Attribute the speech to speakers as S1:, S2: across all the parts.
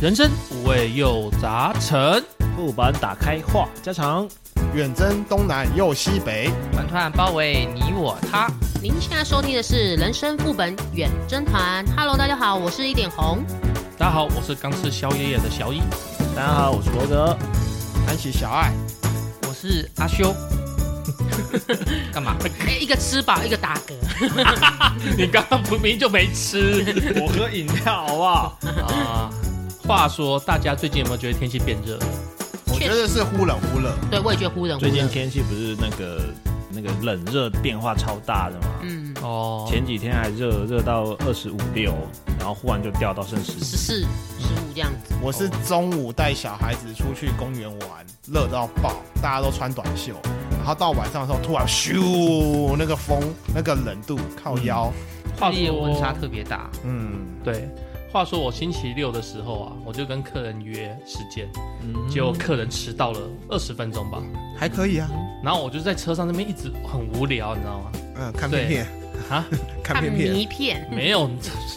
S1: 人生五味又杂陈，
S2: 木板打开话家常，
S3: 远征东南又西北，
S4: 团团包围你我他，
S5: 您现在收听的是《人生副本远征团》。Hello，大家好，我是一点红。
S1: 大家好，我是刚吃宵夜的小乙。
S2: 大家好，我是罗 德。
S3: 谈起小爱，
S4: 我是阿修。 干嘛？
S5: 哎、一个吃饱，一个打嗝。
S1: 你刚刚明明就没 吃
S2: 我喝饮料好不好？
S4: 哦
S1: 啊！话说，大家最近有没有觉得天气变热？
S3: 我觉得是忽冷忽热，
S5: 对，我也觉得忽冷 忽
S2: 最近
S5: 热。
S2: 天气不是那个那个冷热变化超大的嘛？
S5: 嗯，
S1: 哦，
S2: 前几天还热热到二十五六，然后忽然就掉到剩十
S5: 十四、十五这样子。
S3: 我是中午带小孩子出去公园玩，热到爆，大家都穿短袖，然后到晚上的时候突然咻，那个风，那个冷度靠腰，
S1: 话
S4: 最近
S1: 说
S4: 温差特别大，
S3: 嗯，
S1: 对，话说我星期六的时候啊，我就跟客人约时间，
S2: 嗯
S1: 结果客人迟到了二十分钟吧。
S3: 还可以啊，
S1: 然后我就在车上那边一直很无聊，你知 道吗？
S3: 嗯，看片片
S1: 啊，
S3: 看片片，
S5: 迷片，
S1: 没有，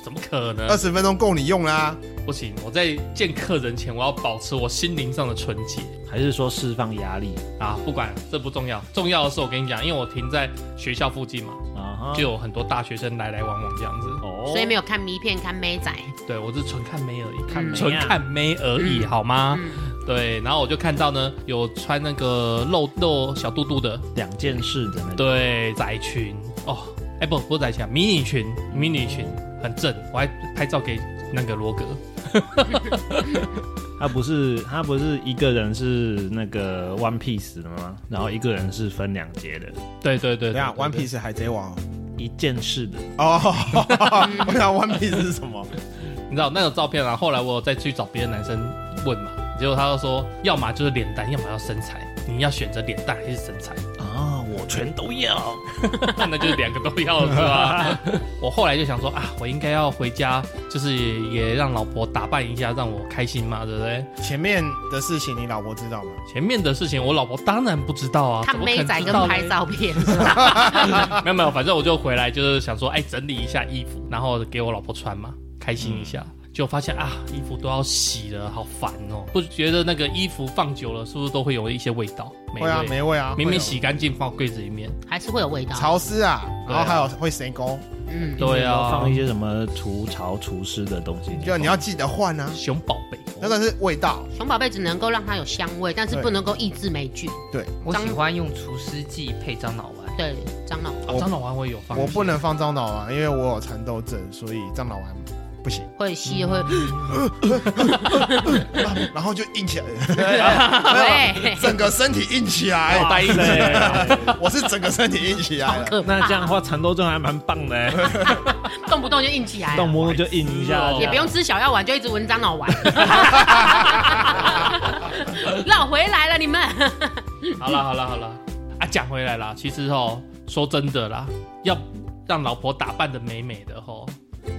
S1: 怎么可能
S3: 二？十分钟够你用啦，
S1: 不行，我在见客人前，我要保持我心灵上的纯洁
S2: 还是说释放压力
S1: 啊！不管这不重要，重要的是我跟你讲，因为我停在学校附近嘛，
S2: 啊哈？
S1: 就有很多大学生来来往往这样子。
S2: 哦
S5: 所以没有看迷片，看妹仔。
S1: 对我是纯看妹而已，
S5: 看妹啊
S1: 纯看妹而已，
S5: 嗯
S1: 好吗？
S5: 嗯，
S1: 对，然后我就看到呢，有穿那个露露小肚肚的，
S2: 两件事的那种
S1: 对，窄裙哦，哎、不不是窄裙啊，迷你裙，迷你裙很正，我还拍照给那个罗格。
S2: 他不是他不是一个人是那个 One Piece 的吗？然后一个人是分两节的，
S1: 对对对
S3: 等一下
S1: 对
S3: ，One
S1: 对
S3: Piece 海贼王
S2: 一件事的
S3: 哦， 我想 One Piece 是什么？
S1: 你知道那个照片啊，后来我有再去找别的男生问嘛，结果他就说，要么就是脸蛋，要么要身材，你要选择脸蛋还是身材？
S2: 啊，我全都要。
S1: 那就是两个都要是吧？ 我后来就想说啊，我应该要回家，就是也让老婆打扮一下，让我开心嘛，对不对？
S3: 前面的事情你老婆知道吗？
S1: 前面的事情我老婆当然不知道啊，
S5: 看
S1: 怎么可
S5: 妹
S1: 能
S5: 仔
S1: 知
S5: 跟
S1: 道呢
S5: 拍，照片。
S1: 没有没有，反正我就回来就是想说，哎，整理一下衣服，然后给我老婆穿嘛，开心一下。就发现啊，衣服都要洗了，好烦哦！不觉得那个衣服放久了，是不是都会有一些味道？霉
S3: 会啊，
S1: 味。
S3: 没味啊，
S1: 明明
S3: 会有
S1: 洗干净放柜子里面，
S5: 还是会有味道。
S3: 潮湿啊，
S1: 对
S3: 然
S1: 啊
S3: 后还有会谁勾，
S5: 嗯，
S1: 对啊，
S2: 放一些什么除潮除湿的东西。
S3: 就你要记得换啊，
S1: 熊宝贝，
S3: 那个是味道，
S5: 熊宝贝只能够让它有香味，但是
S3: 对
S5: 不能够抑制霉菌。
S4: 我
S5: 张
S4: 喜欢用除湿剂配樟脑丸。
S5: 对，蟑螂
S1: 啊樟脑丸我也有放，
S3: 我不能放樟脑丸，因为我有蚕豆症，所以樟脑丸不 行。
S5: 会吸会，
S3: 然后就硬起来，
S5: 对，
S3: 整个身体硬起
S1: 还有
S3: 来，
S1: 带一针。
S3: 我是整个身体硬起来了。
S5: 可
S2: 那
S5: 怕
S2: 这样的话，蚕豆症还蛮棒的，
S5: 动不动就硬起
S1: 哎
S5: 来了，
S2: 动不动就印一下。
S4: 哦
S5: 也不用吃小药丸，就一直闻樟脑 丸。绕回来了，你们。
S1: 好了好了好了，啊，讲回来啦，其实哦，说真的啦，要让老婆打扮的美美的哦，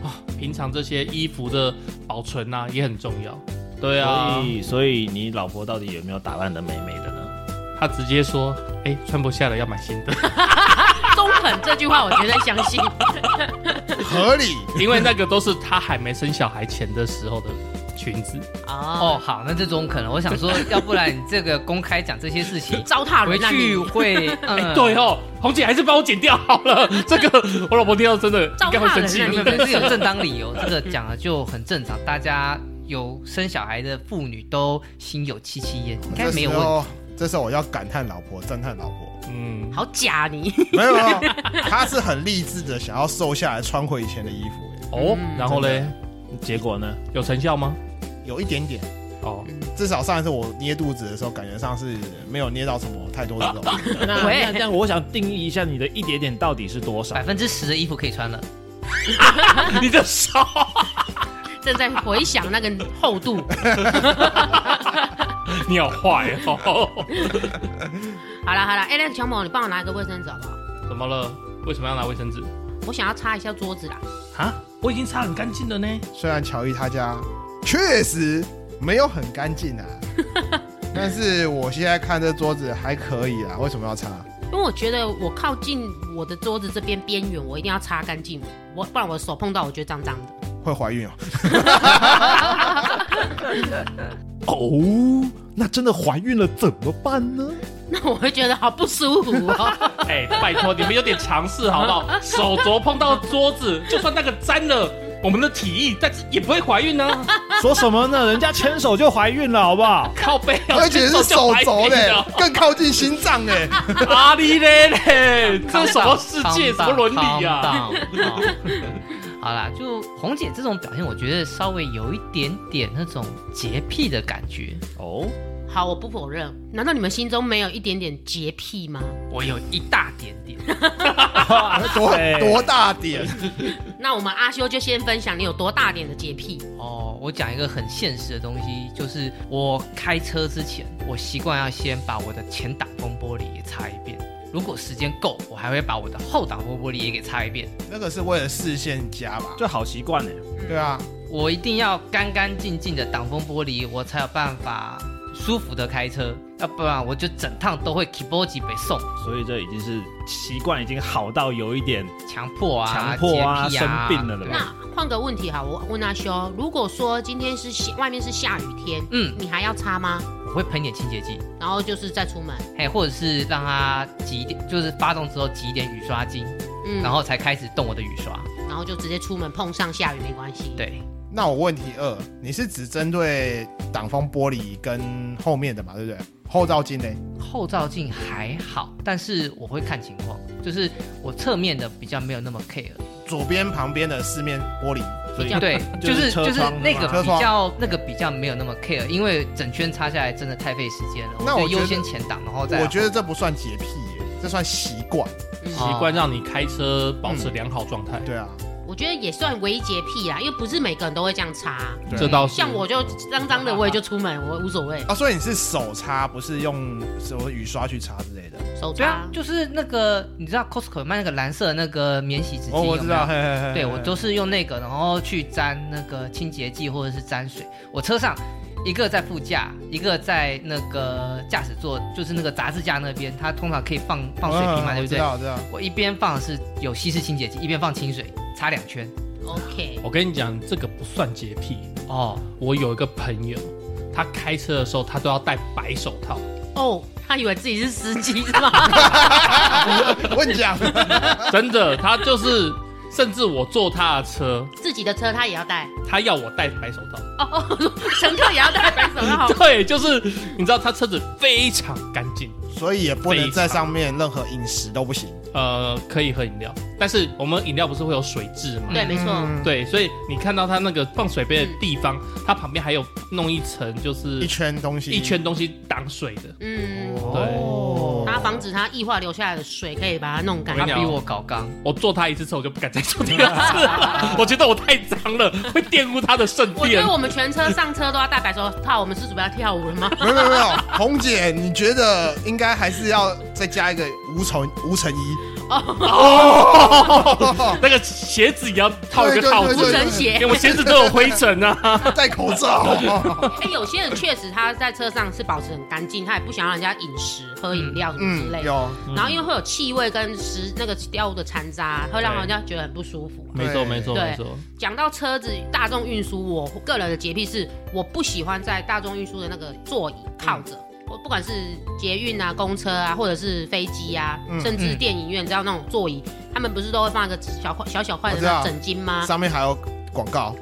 S1: 啊，平常这些衣服的保存啊也很重要。对啊
S2: 所，以，所以你老婆到底有没有打扮的美美的呢？
S1: 他直接说，哎、穿不下了要买新 的，
S5: 中肯这句话，我绝对相信。
S3: 合理，
S1: 因为那个都是他还没生小孩前的时候的裙子。
S4: 哦，
S5: 哦，，
S4: 好，那这种可能，我 想说，要不然你这个公开讲这些事情
S5: 糟蹋
S4: 回
S5: 人啊
S4: 去
S5: 你！
S4: 会，
S1: 哎、
S4: 嗯，
S1: 对哦，红姐还是帮我剪掉好了， 这个我老婆听到真的应该会生气
S5: 糟蹋人啊。
S4: 你们是有正当理由，这个讲了就很正常，大家有生小孩的妇女都心有戚戚焉，应该
S3: 这
S4: 没
S3: 时
S4: 有问
S3: 候这时候我要感叹老婆，赞叹老婆，
S1: 嗯，
S5: 好假 你！
S3: 没有没有，她是很励志的，想要瘦下来穿回以前的衣服，欸
S1: 哦，然后嘞，
S2: 结果呢？
S1: 有成效吗？
S3: 有一点点，
S1: 哦，
S3: 至少上一次我捏肚子的时候，感觉上是没有捏到什么太多肉，
S1: 啊
S2: 那
S4: 喂
S2: 啊那这样，我想定义一下你的一点点到底是多少
S4: 百？分之十的衣服可以穿了。
S1: 你的手。
S5: 正在回想那个厚度。
S1: 你好坏哦！
S5: 好了好了，哎、那个乔某，你帮我拿一个卫生纸好不好？
S1: 怎么了？为什么要拿卫生纸？
S5: 我想要擦一下桌子啦。
S1: 啊，我已经擦很干净了呢。
S3: 虽然乔伊他家确实没有很干净啊，但是我现在看这桌子还可以啊，为什么要擦？
S5: 因为我觉得我靠近我的桌子这边边缘，我一定要擦干净，我不然我手碰到，我觉得脏脏的。
S3: 会怀孕哦。哦，那真的怀孕了怎么办呢？
S5: 那我会觉得好不舒服 哦。
S1: 哎、拜托你们有点尝试好不 好？手镯碰到桌子，就算那个沾了我们的体液，但是也不会怀孕呢、啊。
S2: 说什么呢？人家牵手就怀孕了，好不 好？
S1: 靠背、啊，
S3: 而且是手肘嘞
S1: 牵手，
S3: 更靠近心脏哎嘞。
S1: 就怀孕了，阿里嘞嘞，这什么世界，什么伦理呀、啊？
S4: 啊？ 好啦，就红姐这种表现，我觉得稍微有一点点那种洁癖的感觉。
S2: 哦，
S5: 好，我不否认。难道你们心中没有一点点洁癖吗？
S4: 我有一大点点，
S3: 多
S2: 对
S3: 多大点？
S5: 那我们阿修就先分享你有多大点的洁癖。
S4: 哦，我讲一个很现实的东西，就是我开车之前，我习惯要先把我的前挡风玻璃也擦一遍。如果时间够，我还会把我的后挡风玻璃也给擦一遍。
S3: 那个是为了视线加吧？
S2: 这好习惯欸呢。
S3: 对啊，
S4: 我一定要干干净净的挡风玻璃，我才有办法舒服的开车，要不然我就整趟都会 k i b o j i 被送，
S2: 所以这已经是习惯，已经好到有一点
S4: 强迫啊、
S2: 强迫啊
S4: 洁癖啊
S2: 生病了的
S4: 对
S5: 那换个问题好，我问阿修，如果说今天是下外面是下雨天，
S4: 嗯，
S5: 你还要擦吗？
S4: 我会喷一点清洁剂，
S5: 然后就是再出门，
S4: 嘿，或者是让它挤一点，就是发动之后挤一点雨刷精，
S5: 嗯，
S4: 然后才开始动我的雨刷。
S5: 然后就直接出门碰上下雨没关系。，
S4: 对，
S3: 那我问题二，你是只针对挡风玻璃跟后面的嘛？对不对？后照镜嘞？
S4: 后照镜还好，但是我会看情况，就是我侧面的比较没有那么 care。
S3: 左边旁边的四面玻璃，
S2: 所以
S4: 对，
S2: 就
S4: 就是是
S2: 车
S4: 就是
S2: 窗
S4: 那
S2: 嘛
S4: 个
S3: 车
S4: 比
S3: 窗
S4: 较那个比较没有那么 care，因为整圈擦下来真的太费时间了。
S3: 那
S4: 我
S3: 我
S4: 就优
S3: 觉
S4: 先
S3: 得
S4: 前挡，然后再
S3: 我觉得这不算洁癖耶，这算习惯。
S5: 嗯
S1: 习
S4: 啊
S1: 惯让你开车保持良好状态，
S3: 对啊，
S5: 我觉得也算微洁癖啦，因为不是每个人都会这样擦。
S3: 对啊
S1: 这倒
S4: 哦
S1: 是。
S5: 像我就脏脏的，我也就出门，我无所谓，
S3: 啊，所以你是手擦，不是用什么雨刷去擦之类的。
S5: 手
S4: 对啊
S5: 擦，。
S4: 就是那个你知道 Costco 卖那个蓝色的那个免洗纸巾
S3: 哦，我知
S4: 有没有
S3: 道，嘿嘿嘿。
S4: 对
S3: 嘿
S4: 我都是用那个，然后去沾那个清洁剂或者是沾水。我车上一个在副驾，一个在那个驾驶座，就是那个杂志架那边，它通常可以放放水瓶
S3: 嗯
S4: 嘛，对不
S3: 我知？
S4: 对
S3: 道，我知道。
S4: 我一边放的是有稀释清洁剂，一边放清水，擦两圈。
S5: OK，
S1: 我跟你讲，这个不算洁癖。
S4: 哦，
S1: 我有一个朋友，他开车的时候他都要戴白手套，
S5: 哦，他以为自己是司机是 吗？
S3: 我跟你讲，
S1: 真的，他就是，甚至我坐他的车，
S5: 自己的车他也要带，哦
S1: 他要我戴白手套。
S5: 乘客也要 带白手套。
S1: 对，就是你知道他车子非常干净，
S3: 所以也不能在上面任何饮食都不行。
S1: 呃，可以喝饮料，但是我们饮料不是会有水质吗？
S5: 对，没错，
S3: 嗯，
S1: 对，所以你看到他那个放水杯的地方，
S5: 嗯
S1: 它旁边还有弄一层，就是
S3: 一圈东西，
S1: 一圈东西挡水的。
S5: 嗯，
S3: 哦
S5: 他防止他液化流下来的水可以把它弄干
S1: 我
S4: 他
S1: 跟你
S5: 净。
S1: 讲
S4: 比我搞刚。
S1: 我坐他一次车，我就不敢再坐第二次了。 我觉得我太脏了，会玷污他的圣
S5: 我觉
S1: 殿
S5: 得。我们全车上车都要戴白手套，我们是准备要跳舞了吗？
S3: 没有没有没有，红姐，你觉得应该还是要再加一个无尘无尘衣？哦，
S1: 那个鞋子也要套一个
S3: 对对
S1: 套
S5: 无
S1: 子
S3: 对，
S5: 尘鞋
S1: 因为。我鞋子都有灰尘啊。
S3: 戴口罩。
S5: 哎、有些人确实他在车上是保持很干净，他也不想让人家饮食、喝饮料什么之
S3: 嗯，
S5: 类的。
S3: 有，
S5: 然后因为会有气味跟食那个药物的残渣，会让人家觉得很不舒服。啊
S3: 对
S1: 嗯没错，没错，
S5: 对
S1: 没错。
S5: 讲到车子大众运输，我个人的洁癖是我不喜欢在大众运输的那个座椅靠着。
S3: 嗯
S5: 我不管是捷运啊、公车啊，或者是飞机啊，
S3: 嗯
S5: 甚至
S4: 嗯
S5: 电影院，只要那种座椅，他们不是都会放一个小块、小小块的
S3: 我知
S5: 那
S3: 道
S5: 种枕巾吗？
S3: 上面还有广告。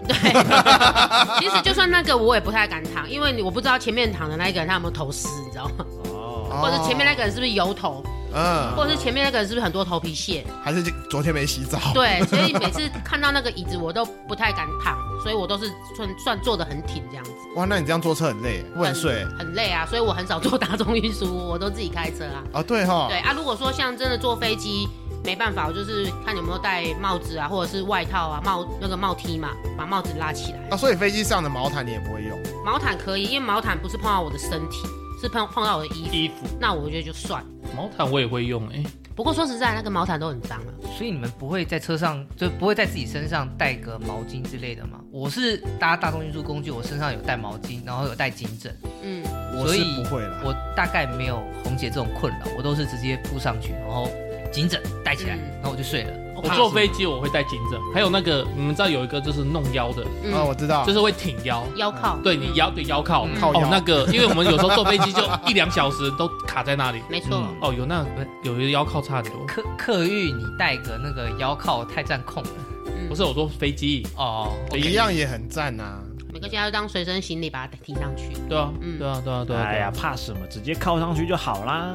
S5: 其实就算那个我也不太敢躺，因为你我不知道前面躺的那一个人他有没有头丝，你知道吗？
S2: 哦，
S5: 或者前面那
S3: 个，
S5: 个人是不是油头，
S3: 嗯，
S5: 或者是前面那个人是不是很多头皮屑？
S3: 还是昨天没洗澡。
S5: 对，所以每次看到那个椅子我都不太敢躺，所以我都是算算坐得很挺这样子。
S3: 哇，那你这样坐车很累，不能睡
S5: 很很累啊，所以我很少坐大众运输，我都自己开车啊。
S3: 啊？对哈
S5: 对，啊，如果说像真的坐飞机，没办法，我就是看有没有戴帽子啊，或者是外套啊，帽那个帽 T 嘛，把帽子拉起来。
S3: 啊，所以飞机上的毛毯你也不会用。
S5: 毛毯可以，因为毛毯不是碰到我的身体，是碰碰到我的衣服，
S1: 衣服
S5: 那我觉得就算。
S1: 毛毯我也会用，哎，
S5: 不过说实在，那个毛毯都很脏啊了、
S4: 所以你们不会在车上，就不会在自己身上带个毛巾之类的吗？我是搭大众运输工具，我身上有带毛巾，然后有带颈枕，
S5: 嗯，
S3: 我
S4: 所
S3: 是
S4: 以
S3: 不会啦。
S4: 我大概没有红姐这种困扰，我都是直接铺上去，然后颈枕带起来
S5: 嗯，
S4: 然后我就睡了。
S5: 我
S1: 我
S5: 怕
S1: 坐飞机我会带颈枕，还有那个你们知道有一个就是弄腰的，
S5: 嗯
S3: 啊，我知道，
S1: 就是会挺腰。
S5: 腰靠，
S1: 对你腰对腰靠
S4: 嗯
S3: 靠腰
S1: 哦，那个，因为我们有时候坐飞机就一两小时都卡在那里。
S5: 没错，
S2: 嗯
S1: 哦，有那有一个腰靠差很多，
S4: 客客运你带个那个腰靠太占空了
S5: 嗯
S1: 不是我说飞机，
S4: 哦。
S1: 对
S3: 一样也很赞啊呐。
S5: 每个家都当随身行李把它提上去。
S1: 对啊，
S5: 嗯
S1: 对啊，对啊，对啊。
S2: 哎呀，怕什么？直接靠上去就好啦。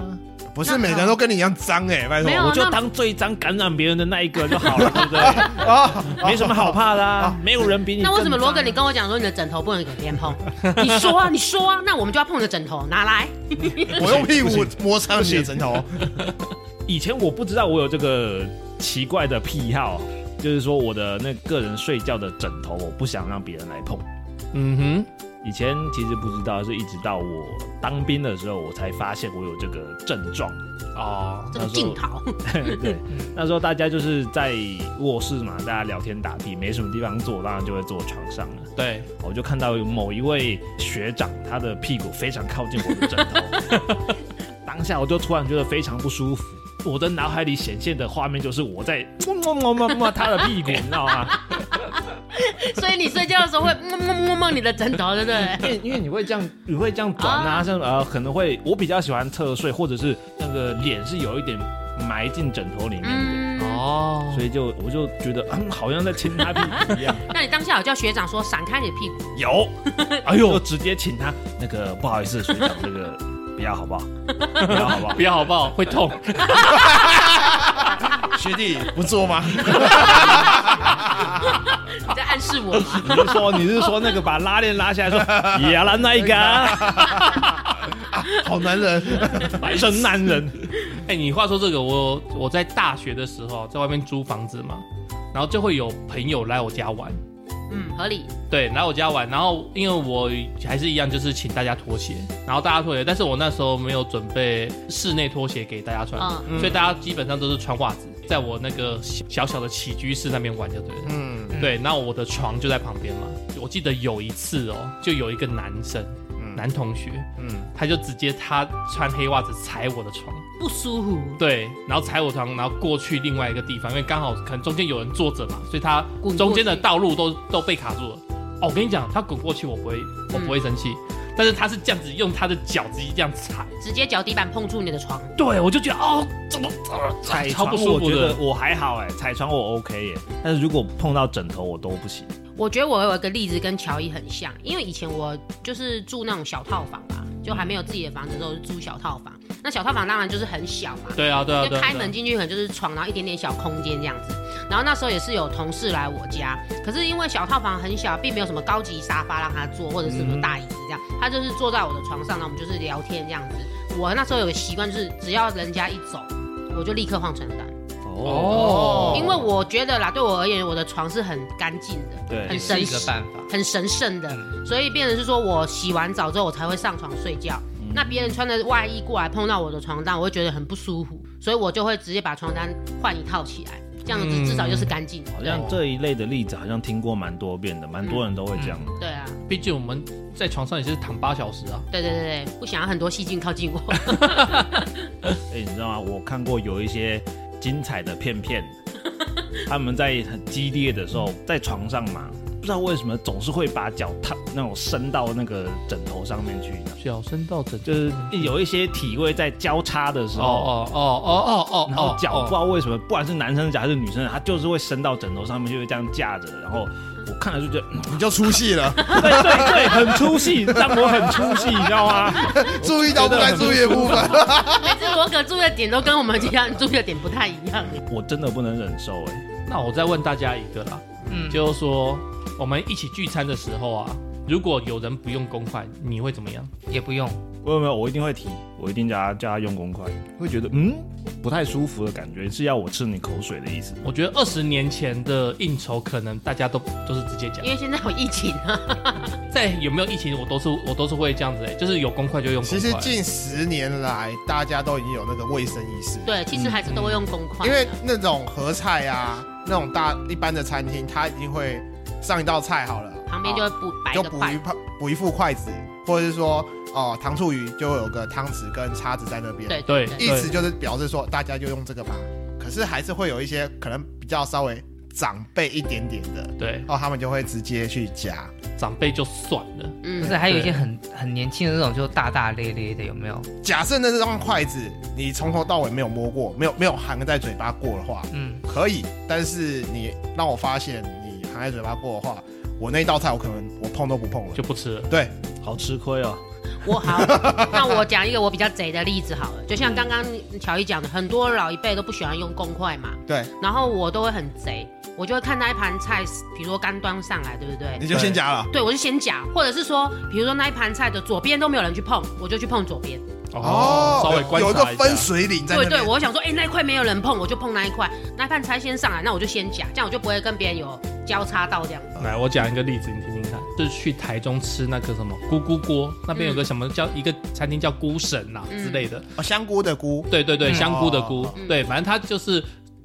S3: 不是每个人都跟你一样脏哎，拜托
S5: 没有
S2: 我
S5: 哦
S2: 就
S5: 那
S2: 当最脏感染别人的那一个就好了，对不对？
S3: 啊，
S2: 没什么好怕的啊，没有人比你
S5: 哦那
S2: 更
S5: 为什么罗哥
S2: 脏
S5: 你跟我讲说你的枕头不能给别人碰？ 你说啊，你说啊，那我们就要碰你的枕头，拿来。
S3: 我用屁股摩擦你的枕头，
S2: 以前我不知道我有这个奇怪的癖好，就是说我的那个人睡觉的枕头，我不想让别人来碰。
S1: 嗯
S2: 以前其实不知道，是一直到我当兵的时候，我才发现我有这个症 状。
S1: 哼，哦，
S5: 这个镜头，
S2: 对，那时候大家就是在卧室嘛，大家聊天打屁，没什么地方坐，当然就会坐床上了。
S1: 对，
S2: 我就看到某一位学长，他的屁股非常靠近我的枕头，当下我就突然觉得非常不舒服。我的脑海里显现的画面就是我在摸摸摸摸他的屁股，你知道吗？
S5: 所以你睡觉的时候会摸摸摸摸你的枕头，对不对？
S2: 因为因为你会这样，你会这样转啊，像呃可能会我比较喜欢侧睡，或者是那个脸是有一点埋进枕头里面的，
S5: 嗯，
S1: 哦，
S2: 所以就我就觉得嗯好像在亲他屁股一样。
S5: 那你当下有叫学长说闪开你的屁股，
S2: 有，哎呦，就直接请他那个不好意思，学长，这个不要好不好？不要好不好
S1: 不？要好不好？会痛。
S3: 学弟不做 吗？
S5: 你在暗示我吗？
S2: 你是说你是说那个把拉链拉下来 说，也拉那一个啊
S3: 好男人，
S2: 真男人，
S1: 哎、你话说这个，我我在大学的时候在外面租房子嘛，然后就会有朋友来我家玩，
S5: 嗯，合理。
S1: 对，来我家玩，然后因为我还是一样，就是请大家脱鞋，然后大家脱鞋，但是我那时候没有准备室内拖鞋给大家穿，
S5: 嗯
S1: 所以大家基本上都是穿袜子，在我那个小小的起居室那边玩就对了。
S3: 嗯
S1: 对，那我的床就在旁边嘛。我记得有一次哦，就有一个男生，
S3: 嗯
S1: 男同学，
S3: 嗯，
S1: 他就直接他穿黑袜子踩我的床，
S5: 不舒服，
S1: 对，然后踩我床，然后过去另外一个地方，因为刚好可能中间有人坐着嘛，所以他
S5: 滚过去
S1: 中间的道路都都被卡住了。哦，我跟你讲，他滚过去我不会，我不会生气，但是他是这样子用他的脚直接这样踩，
S5: 直接脚底板碰触你的床，
S1: 对我就觉得哦，怎么
S2: 踩
S1: 超
S2: 床
S1: 不舒
S2: 我
S1: 服
S2: 觉得
S1: 的，
S2: 我还好哎，踩床我 OK 耶，但是如果碰到枕头我都不行。
S5: 我觉得我有一个例子跟乔伊很像，因为以前我就是住那种小套房吧，就还没有自己的房子的时候是住小套房。那小套房当然就是很小嘛，
S1: 对啊对啊对
S5: 就
S1: 啊，
S5: 开
S1: 对啊
S5: 门进去可能就是床，然后一点点小空间这样子。然后那时候也是有同事来我家，可是因为小套房很小，并没有什么高级沙发让他坐，或者是
S4: 嗯
S5: 什么大椅子这样，他就是坐在我的床上，然后我们就是聊天这样子。我那时候有个习惯，就是只要人家一走，我就立刻换床单。
S1: 哦
S5: 因为我觉得啦，对我而言，我的床是很干净的，
S2: 对
S5: 很
S4: 是
S5: 神
S4: 一个办法。
S5: 很神圣的，
S4: 嗯
S5: 所以变成是说我洗完澡之后我才会上床睡觉。
S3: 嗯
S5: 那别人穿的外衣过来碰到我的床单，我会觉得很不舒服，所以我就会直接把床单换一套起来，这样子
S1: 嗯
S5: 至少就是干净的。
S2: 好
S3: 哦
S2: 像这一类的例子好像听过蛮多遍的，蛮多人都会这样。
S5: 对啊，
S1: 毕竟我们在床上也是躺八小时啊，
S5: 对对对对，不想要很多细菌 靠近我。
S2: 哎、你知道吗？我看过有一些精彩的片 片，他们在很激烈的时候在床上嘛，不知道为什么总是会把脚踏那种伸到那个枕头上面去，
S1: 小声到枕就
S2: 就是是有一些体位在交叉的时
S1: 哦
S2: 候。
S1: 哦哦哦哦哦，
S2: 然后脚不知
S1: 哦
S2: 道为什么，不管是男生的脚还是女生的，他就是会伸到枕头上面，就会这样架着。然后我看了就觉得，嗯
S3: 你就出戏 了，
S2: 对对对，很出戏，让我很出戏，你知道吗？
S3: 注意到不该注意的部分。
S5: 每次哎罗哥注意的点都跟我们其他人注意的点不太一样。
S2: 我真的不能忍受哎、
S1: 那我再问大家一个啦，
S4: 嗯，
S1: 就是说我们一起聚餐的时候啊，如果有人不用公筷，你会怎么样？
S4: 也不用，
S2: 我有没有？我一定会提，我一定叫他叫他用公筷，会觉得嗯不太舒服的感觉，是要我吃你口水的意思。
S1: 我觉得二十年前的应酬，可能大家都都是直接讲
S5: 因，为现在有疫情啊，
S3: 嗯
S1: 在有没有疫情，我都是我都是会这样子、欸，就是有公筷就用公筷。
S3: 其实近十年来，大家都已经有那个卫生意识，
S5: 对，其实还是都会用公筷
S3: 因
S5: 的，
S3: 为那种合菜啊，那种大一般的餐厅，它一定会上一道菜好了，
S5: 旁边就会补摆
S3: 就
S5: 个
S3: 补
S5: 筷
S3: 一。块补一副筷子，或者是说哦、糖醋鱼就有个汤匙跟叉子在那边，
S5: 对
S1: 对
S5: 对，
S3: 意思就是表示说大家就用这个吧。可是还是会有一些可能比较稍微长辈一点点的，
S1: 对，
S3: 哦，他们就会直接去夹。
S1: 长辈就算了，
S5: 嗯
S4: 不是，还有一些很很年轻的那种，就大大咧咧的，有没有？
S3: 假设那张筷子你从头到尾没有摸过，没有没有含在嘴巴过的话，
S4: 嗯，
S3: 可以，但是你让我发现你含在嘴巴过的话，我那一道菜我可能我碰都不碰了。
S1: 就不吃了。
S3: 对，
S2: 好吃亏哦。
S5: 我好， 那我讲一个我比较贼的例子好了，就像刚刚乔伊讲的，很多老一辈都不喜欢用公筷嘛，
S3: 对，
S5: 然后我都会很贼，我就会看那一盘菜，比如说刚端上来，对不对？
S3: 你就先夹了。
S5: 对，我就先夹，或者是说，比如说那一盘菜的左边都没有人去碰，我就去碰左边。
S1: 哦稍微观察
S3: 哦有一个
S1: 一下
S3: 分水岭在那
S5: 对
S3: 边。
S5: 对，我想说，哎、那一块没有人碰，我就碰那一块，那一盘菜先上来，那我就先夹，这样我就不会跟别人有交叉到这样。
S1: 来，我讲一个例子，你听听看，就是去台中吃那个什么咕咕锅，那边有个什么叫一个餐厅叫菇神呐、
S5: 嗯
S1: 之类的，
S3: 哦香菇的菇，
S1: 对对对，
S4: 嗯
S1: 香菇的菇
S3: 哦，
S5: 嗯
S1: 对，反正它就是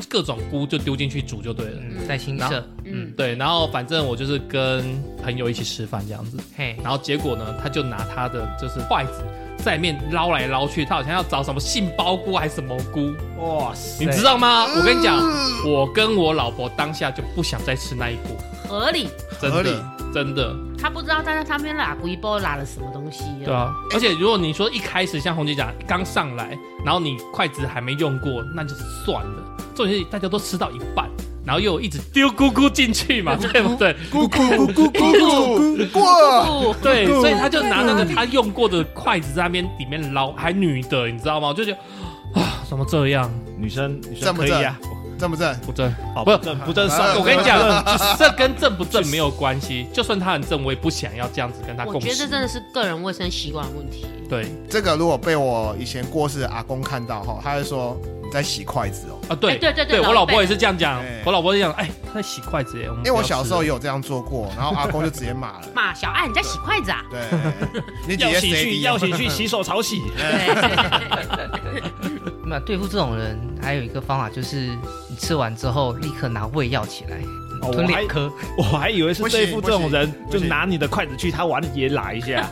S1: 各种菇就丢进去煮就对了。
S4: 嗯，在新社，
S5: 嗯
S4: 嗯，
S1: 对，然后反正我就是跟朋友一起吃饭这样子，
S4: 嘿，
S1: 然后结果呢，他就拿他的就是筷子在里面捞来捞去，他好像要找什么杏鲍菇还是什么菇，
S2: 哇塞
S1: 你知道吗？嗯我跟你讲，
S3: 嗯
S1: 我跟我老婆当下就不想再吃那一锅，
S5: 合理。
S1: 真
S3: 合
S1: 的
S3: 理
S1: 真的，
S5: 他不知道在那边拉古一波拉了什么东西。
S1: 对啊。而且如果你说一开始像红姐讲刚上来，然后你筷子还没用过，那就算了。重点是大家都吃到一半，然后又一直丢咕咕进去嘛，对不对？
S3: 咕咕咕咕咕咕过。
S5: 不，
S1: 对，所以他就拿那个他用过的筷子在那边里面捞，还女的，你知道吗？我就觉得啊，怎么这样？
S2: 女生女生
S3: 正不
S2: 可以
S3: 正
S2: 啊，
S3: 正不正？
S1: 不正，
S2: 好
S1: 不
S2: 不
S1: 是
S2: 正不正上，
S3: 呃
S1: 我跟你讲
S3: 呃，
S1: 这跟正不正没有关系。就算他很正，我也不想要这样子跟他
S5: 我
S1: 共
S5: 觉得这
S1: 事。
S5: 真的是个人卫生习惯问题。
S1: 对
S3: 这个如果被我以前过世的阿公看到哈，他会说你在洗筷子哦。
S1: 啊，对
S5: 哎对对对
S1: 对，我
S5: 老
S1: 老
S5: 辈。
S1: 婆也是这样讲
S3: 哎，
S1: 我老婆是这样，哎，她在洗筷子耶。因
S3: 因为我小时候也有这样做过，然后阿公就直接骂了
S5: 骂小爱你在洗筷子啊？
S3: 对，你姐
S2: 要
S3: 姐
S2: 洗
S3: 谁
S2: 去要洗去洗手潮洗，
S1: 哎
S4: 那对付这种人，还有一个方法就是，你吃完之后立刻拿胃药起来，
S2: 哦
S4: 吞
S2: 我还
S4: 两颗。
S2: 我还以为是
S3: 不行
S2: 对付这种人
S3: 不，
S2: 就
S3: 行
S2: 拿你的筷子去他碗里也拉一 下，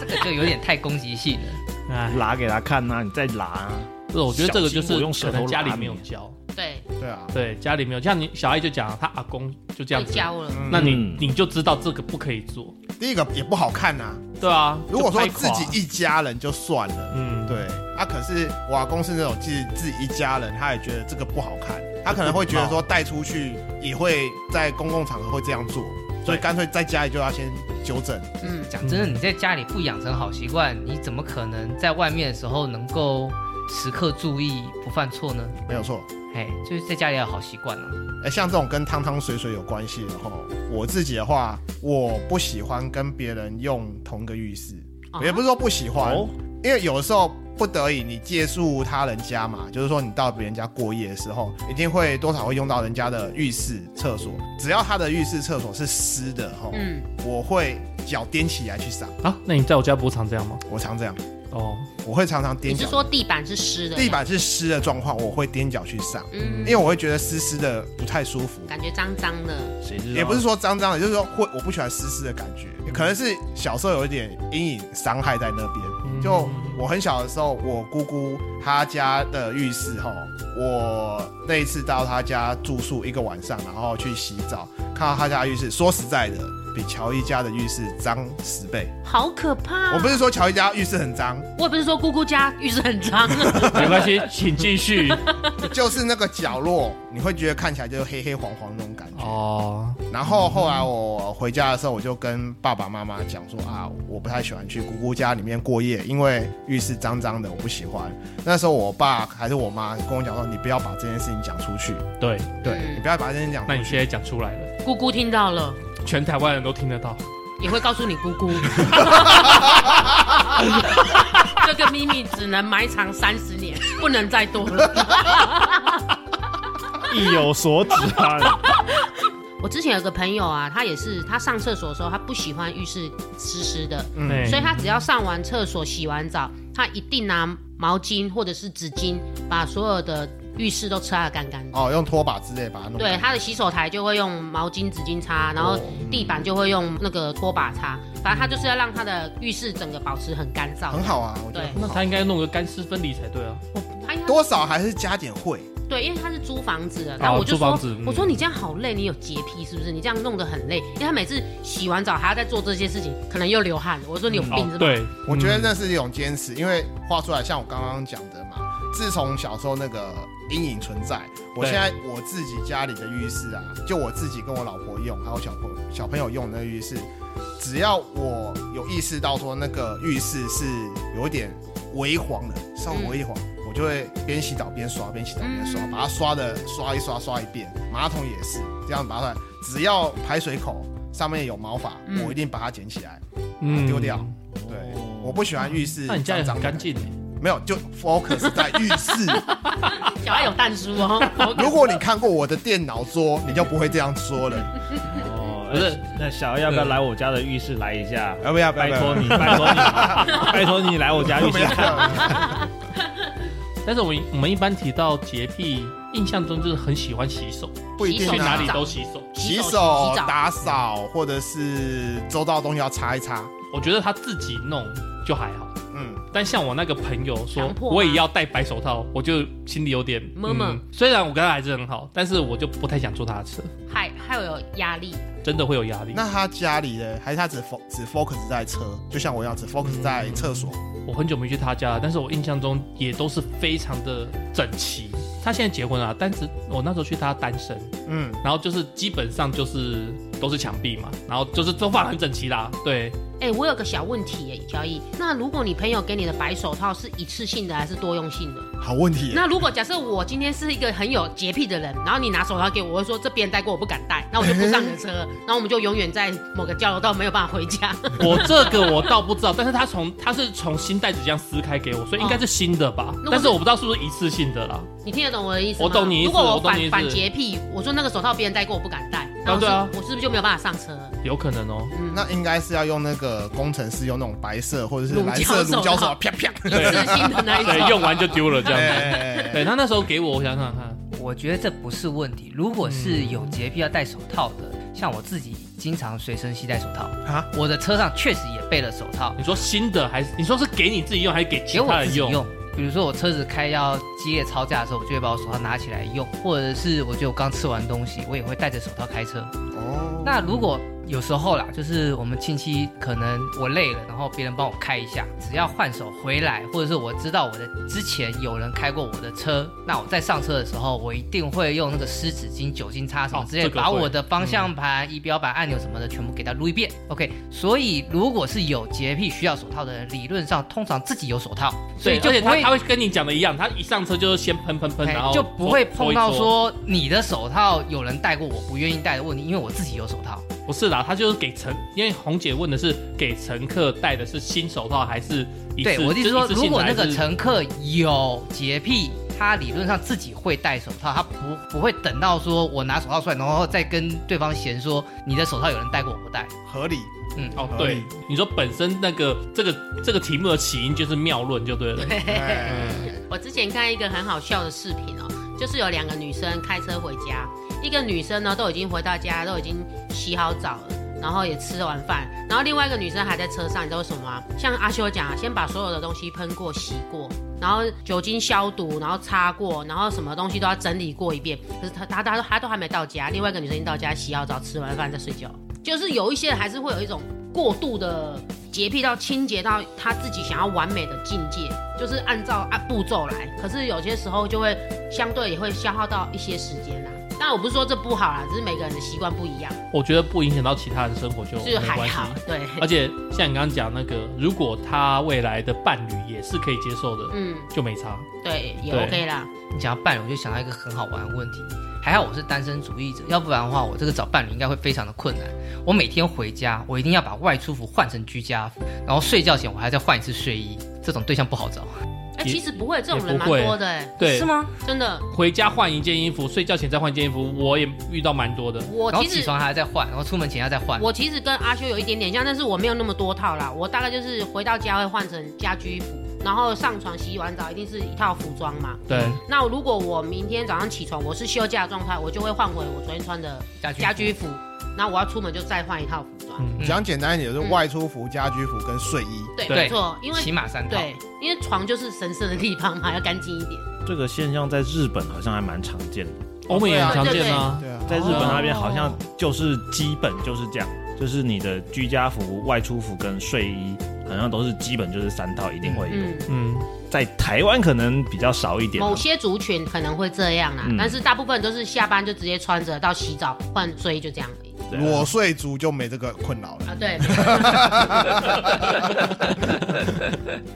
S4: 这个就有点太攻击性了。
S1: 哎，
S2: 拉给他看呐，你再拉啊。
S1: 不是，我觉得这个就是
S2: 小心我用舌
S1: 可
S2: 头
S1: 能家里
S2: 拉你
S1: 没有教，
S5: 对，
S3: 对啊，
S1: 对，家里没有。像你小爱就讲，她阿公就 这
S5: 被
S1: 样子，
S5: 教了。
S1: 那你
S2: 嗯
S1: 你就知道这个不可以做，
S3: 第一个也不好看呐、
S1: 对啊。
S3: 如果说
S1: 就拍
S3: 自
S1: 垮
S3: 己一家人就算了，
S1: 嗯，
S3: 对啊，可是我阿公是那种自己自己一家人，他也觉得这个不好看，他可能会觉得说带出去也会在公共场合会这样做，所以干脆在家里就要先纠正。
S5: 嗯，
S4: 讲真的，你在家里不养成好习惯，你怎么可能在外面的时候能够时刻注意不犯错呢？
S3: 没有错。
S4: 哎，就是在家里要有好习惯啊。
S3: 哎，像这种跟汤汤水水有关系的话，我自己的话，我不喜欢跟别人用同个浴室，
S5: 啊
S3: 也不是说不喜欢，
S2: 哦
S3: 因为有的时候不得已你借宿他人家嘛，就是说你到别人家过夜的时候，一定会多少会用到人家的浴室、厕所，只要他的浴室、厕所是湿的吼，
S5: 嗯，
S3: 我会脚踮起来去上，
S1: 啊，那你在我家不是常这样吗？
S3: 我常这样，
S1: 哦，
S3: 我会常常
S5: 你
S3: 踮
S5: 是
S3: 脚，
S5: 说地板是湿的？
S3: 地，板是湿的状况，我会踮脚去上，
S5: 嗯
S3: 因为我会觉得湿湿的不太舒服，
S5: 感觉脏脏的。
S2: 谁知道？啊
S3: 也不是说脏脏的，就是说会我不喜欢湿湿的感觉，可能是小时候有一点阴影伤害在那边。
S2: 嗯
S3: 就我很小的时候，我姑姑她家的浴室吼，我那一次到她家住宿一个晚上，然后去洗澡，看到她家的浴室，说实在的，比乔伊家的浴室脏十倍。
S5: 好可怕、
S2: 啊
S3: 我不，是说乔伊家浴室很脏，
S5: 我也不是说姑姑家浴室很脏，啊
S1: 没关系，请继续。
S3: 就是那个角落，你会觉得看起来就是黑黑黄黄那种感觉。
S1: 哦，
S3: 然后后来我回家的时候，我就跟爸爸妈妈讲说啊，我不太喜欢去姑姑家里面过夜，因为浴室脏脏的，我不喜欢。那时候我爸还是我妈跟我讲说，你不要把这件事情讲出去，
S1: 对，
S3: 对
S5: 嗯
S3: 你不要把这件事情讲
S1: 那你
S3: 出去。
S1: 现在讲出来了，
S5: 姑姑听到了
S1: 全台湾人都听得到。
S5: 也会告诉你姑姑。 这个秘密只能埋藏三十年，不能再多了。
S2: 意有所指啊。
S5: 我之前有个朋友啊，他也是，他上厕所的时候，他不喜欢浴室湿湿的，
S3: 嗯
S1: 对
S5: 所以他只要上完厕所、洗完澡，他一定拿毛巾或者是纸巾，把所有的浴室都擦得干干的。
S3: 哦，用拖把之类把它弄
S5: 对，
S3: 干净。
S5: 他的洗手台就会用毛巾、纸巾擦，然后地板就会用那个拖把擦，反正他就是要让他的浴室整个保持很干燥
S3: 很。好啊，我觉得
S5: 对
S3: 很
S1: 那
S3: 好。
S1: 他应该弄个干湿分离才对啊。
S5: 他应该
S3: 多少还是加点会。
S5: 对，因为他是租房子的，
S1: 哦
S5: 然后我就
S1: 租
S5: 说，
S1: 房子嗯
S5: 我说你这样好累，你有洁癖是不是？你这样弄得很累，因为他每次洗完澡还要再做这些事情，可能又流汗。我说你有病
S1: 哦，
S5: 是吧？
S1: 对，
S3: 我觉得
S1: 嗯
S3: 那是一种坚持，因为话出来，像我刚刚讲的嘛，自从小时候那个阴影存在，我
S1: 对
S3: 现在我自己家里的浴室啊，就我自己跟我老婆用，还有小朋友小朋友用的那浴室，只要我有意识到说那个浴室是有一点微黄的，稍微微黄。我就会边洗澡边刷，边洗澡边刷，把它刷的刷一刷刷一遍。马桶也是这样把它，只要排水口上面有毛发，
S5: 嗯
S3: 我一定把它捡起来。
S1: 嗯
S3: 丢掉对，我不喜欢浴室
S1: 那你家里
S3: 脏
S1: 很
S3: 脏的
S1: 干，净欸耶，
S3: 没有就 focus 在浴室。
S5: 小爱有蛋叔 哦。
S3: 如果你看过我的电脑桌，你就不会这样说了。
S2: 哦，
S1: 不是
S2: 那小要不要来我家的浴室来一下？
S3: 要不要？
S2: 拜托你，拜托你， 拜托你来我家浴室看。
S1: 但是我们我们一般提到洁癖，印象中就是很喜欢洗手，
S3: 不一定
S1: 去
S5: 洗手
S1: 哪
S3: 啊
S1: 里。都洗手。
S3: 洗
S5: 洗
S3: 手
S5: 洗、澡
S3: 打扫，或者是周到的东西要擦一擦。
S1: 我觉得他自己弄就还好，
S3: 嗯，
S1: 但像我那个朋友说
S5: 强，迫吗
S1: 我也要戴白手套，我就心里有点
S5: 摸摸
S1: 嗯虽然我跟他还是很好，但是我就不太想坐他的车，
S5: 还还有压力，
S1: 真的会有压力。
S3: 那他家里呢？还是他只 fo 只 focus 在车？就像我一样，只 focus 在
S1: 嗯
S3: 厕所。
S1: 我很久没去他家了，但是我印象中也都是非常的整齐。他现在结婚了、啊但是我那时候去他单身，
S3: 嗯，
S1: 然后就是基本上就是都是墙壁嘛，然后就是都放得很整齐啦。对，
S5: 哎、我有个小问题耶，交易。那如果你朋友给你的白手套是一次性的还是多用性的？
S3: 好问题耶。
S5: 那如果假设我今天是一个很有洁癖的人，然后你拿手套给我，我会说这别人戴过我不敢戴，那我就不上你 的车，然后我们就永远在某个交流道没有办法回家。
S1: 我这个我倒不知道，但是他从他是从新袋子这样撕开给我，所以应该是新的
S4: 哎
S1: 吧，
S5: 如果是
S1: 但是我不知道是不是一次性的啦。
S5: 你听得懂我的意思吗？
S1: 我懂你意思
S5: 如果
S1: 我
S5: 我
S1: 懂
S5: 反
S1: 你意思
S5: 反洁癖，我说那个手套别人戴过我不敢戴，那我是、
S1: 对啊
S5: 我是不是就没有办法上车？
S1: 有可能哦，
S5: 嗯，
S3: 那应该是要用那个工程师用那种白色或者是
S5: 乳
S3: 蓝
S5: 胶
S3: 色
S5: 手
S3: 乳胶手
S5: 套
S3: 啪啪。
S5: 一次性的那
S4: 哎
S5: 一
S1: 啊对，
S5: 种。
S1: 用完就丢了这样子。
S3: 哎
S1: 对他那时候给我，我想想看，
S4: 我觉得这不是问题。如果是有洁癖要戴手套的，像我自己经常随身携带手套
S3: 啊
S4: 我的车上确实也备了手套，
S1: 你说新的还是你说是给你自己用还是给其
S4: 给
S1: 他
S4: 哎我自
S1: 人
S4: 己
S1: 用？
S4: 用。比如说我车子开要激烈超架的时候，我就会把我手套拿起来用，或者是我觉得我刚吃完东西，我也会戴着手套开车。
S3: 哦，
S4: 那如果有时候啦，就是我们亲戚可能我累了，然后别人帮我开一下，只要换手回来，或者是我知道我的之前有人开过我的车，那我在上车的时候，我一定会用那个湿纸巾、酒精擦什么
S1: 哦
S4: 之类，
S1: 这个
S4: 把
S1: 会嗯
S4: 我的方向盘、仪表板、按钮什么的全部给它撸一遍。OK，所以如果是有洁癖需要手套的人，理论上通常自己有手套，所
S1: 对
S4: 以就
S1: 而且
S4: 不
S1: 他
S4: 会
S1: 他会跟你讲的一样，他一上车就是先喷喷喷，
S4: 哎
S1: 然后
S4: 就不会碰到
S1: 搓一搓
S4: 说你的手套有人戴过我不愿意戴的问题，因为我自己有手套。
S1: 不是啦，他就是给乘，因为红姐问的是给乘客戴的是新手套还是一次？
S4: 对，我的意
S1: 就
S4: 思
S1: 是
S4: 说，
S1: 一次
S4: 如
S1: 性的
S4: 果那
S1: 还
S4: 个
S1: 是
S4: 乘客有洁癖，他理论上自己会戴手套，他不不会等到说我拿手套出来，然后再跟对方嫌说你的手套有人戴过我不戴。
S3: 合理。
S4: 嗯，
S1: 哦，
S3: 合
S1: 对
S3: 理，
S1: 你说本身那个这个这个题目的起因就是谬论就对了。
S3: 哎
S5: 我之前看一个很好笑的视频哦，就是有两个女生开车回家，一个女生呢都已经回到家，都已经洗好澡了。然后也吃完饭，然后另外一个女生还在车上，你知道为什么吗？像阿修讲啊，先把所有的东西喷过、洗过，然后酒精消毒，然后擦过，然后什么东西都要整理过一遍。可是她她她她都还没到家，另外一个女生已经到家，洗好澡、吃完饭再睡觉。就是有一些人还是会有一种过度的洁癖到清洁到他自己想要完美的境界，就是按照按步骤来。可是有些时候就会相对也会消耗到一些时间啦。啊当然我不是说这不好啦，只是每个人的习惯不一样，
S1: 我觉得不影响到其他人生活就
S5: 就是
S1: 哦没
S5: 还
S1: 关系啊
S5: 好。。对，
S1: 而且像你刚刚讲那个，如果他未来的伴侣也是可以接受的，
S5: 嗯，
S1: 就没差。
S5: 对，也
S1: 对
S5: OK 啦。
S4: 你讲到伴侣，我就想到一个很好玩的问题。还好我是单身主义者，要不然的嗯话，我这个找伴侣应该会非常的困难。我每天回家，我一定要把外出服换成居家服，然后睡觉前我还要再换一次睡衣，这种对象不好找。
S5: 哎、
S1: 也
S5: 其实不会，这种
S1: 也
S5: 人
S1: 不
S5: 蛮
S1: 会
S5: 多的、哎，
S1: 对，
S4: 是吗？
S5: 真的。
S1: 回家换一件衣服，睡觉前再换一件衣服，我也遇到蛮多的。
S5: 我
S4: 然后
S5: 其
S4: 起
S5: 实
S4: 床还要再换，然后出门前要再换。
S5: 我其实跟阿修有一点点像，但是我没有那么多套啦。我大概就是回到家会换成家居服，然后上床洗完澡一定是一套服装嘛。
S1: 对，
S4: 嗯
S5: 那如果我明天早上起床，我是休假状态，我就会换回我昨天穿的
S4: 家居
S5: 家居服。然后我要出门就再换一套服装。
S1: 嗯
S3: 讲简单一点，就是外出服、家居服跟睡衣。
S5: 对，
S1: 对
S5: 没错，因为
S4: 起码三套。
S5: 对，因为床就是神圣的地方嘛，要干净一点。
S2: 这个现象在日本好像还蛮常见的，
S1: 欧美也很常
S5: 对对
S1: 见啊，
S3: 对啊，
S2: 在日本那边好像就是基本就是这样，就是你的居家服、外出服跟睡衣好像都是基本就是三套一定会有。
S5: 嗯，
S1: 嗯，
S2: 在台湾可能比较少一点啊，
S5: 某些族群可能会这样啦，
S2: 嗯
S5: 但是大部分都是下班就直接穿着到洗澡换睡衣就这样而
S2: 对啊
S5: 已。
S3: 裸睡族就没这个困扰了。
S5: 啊，对，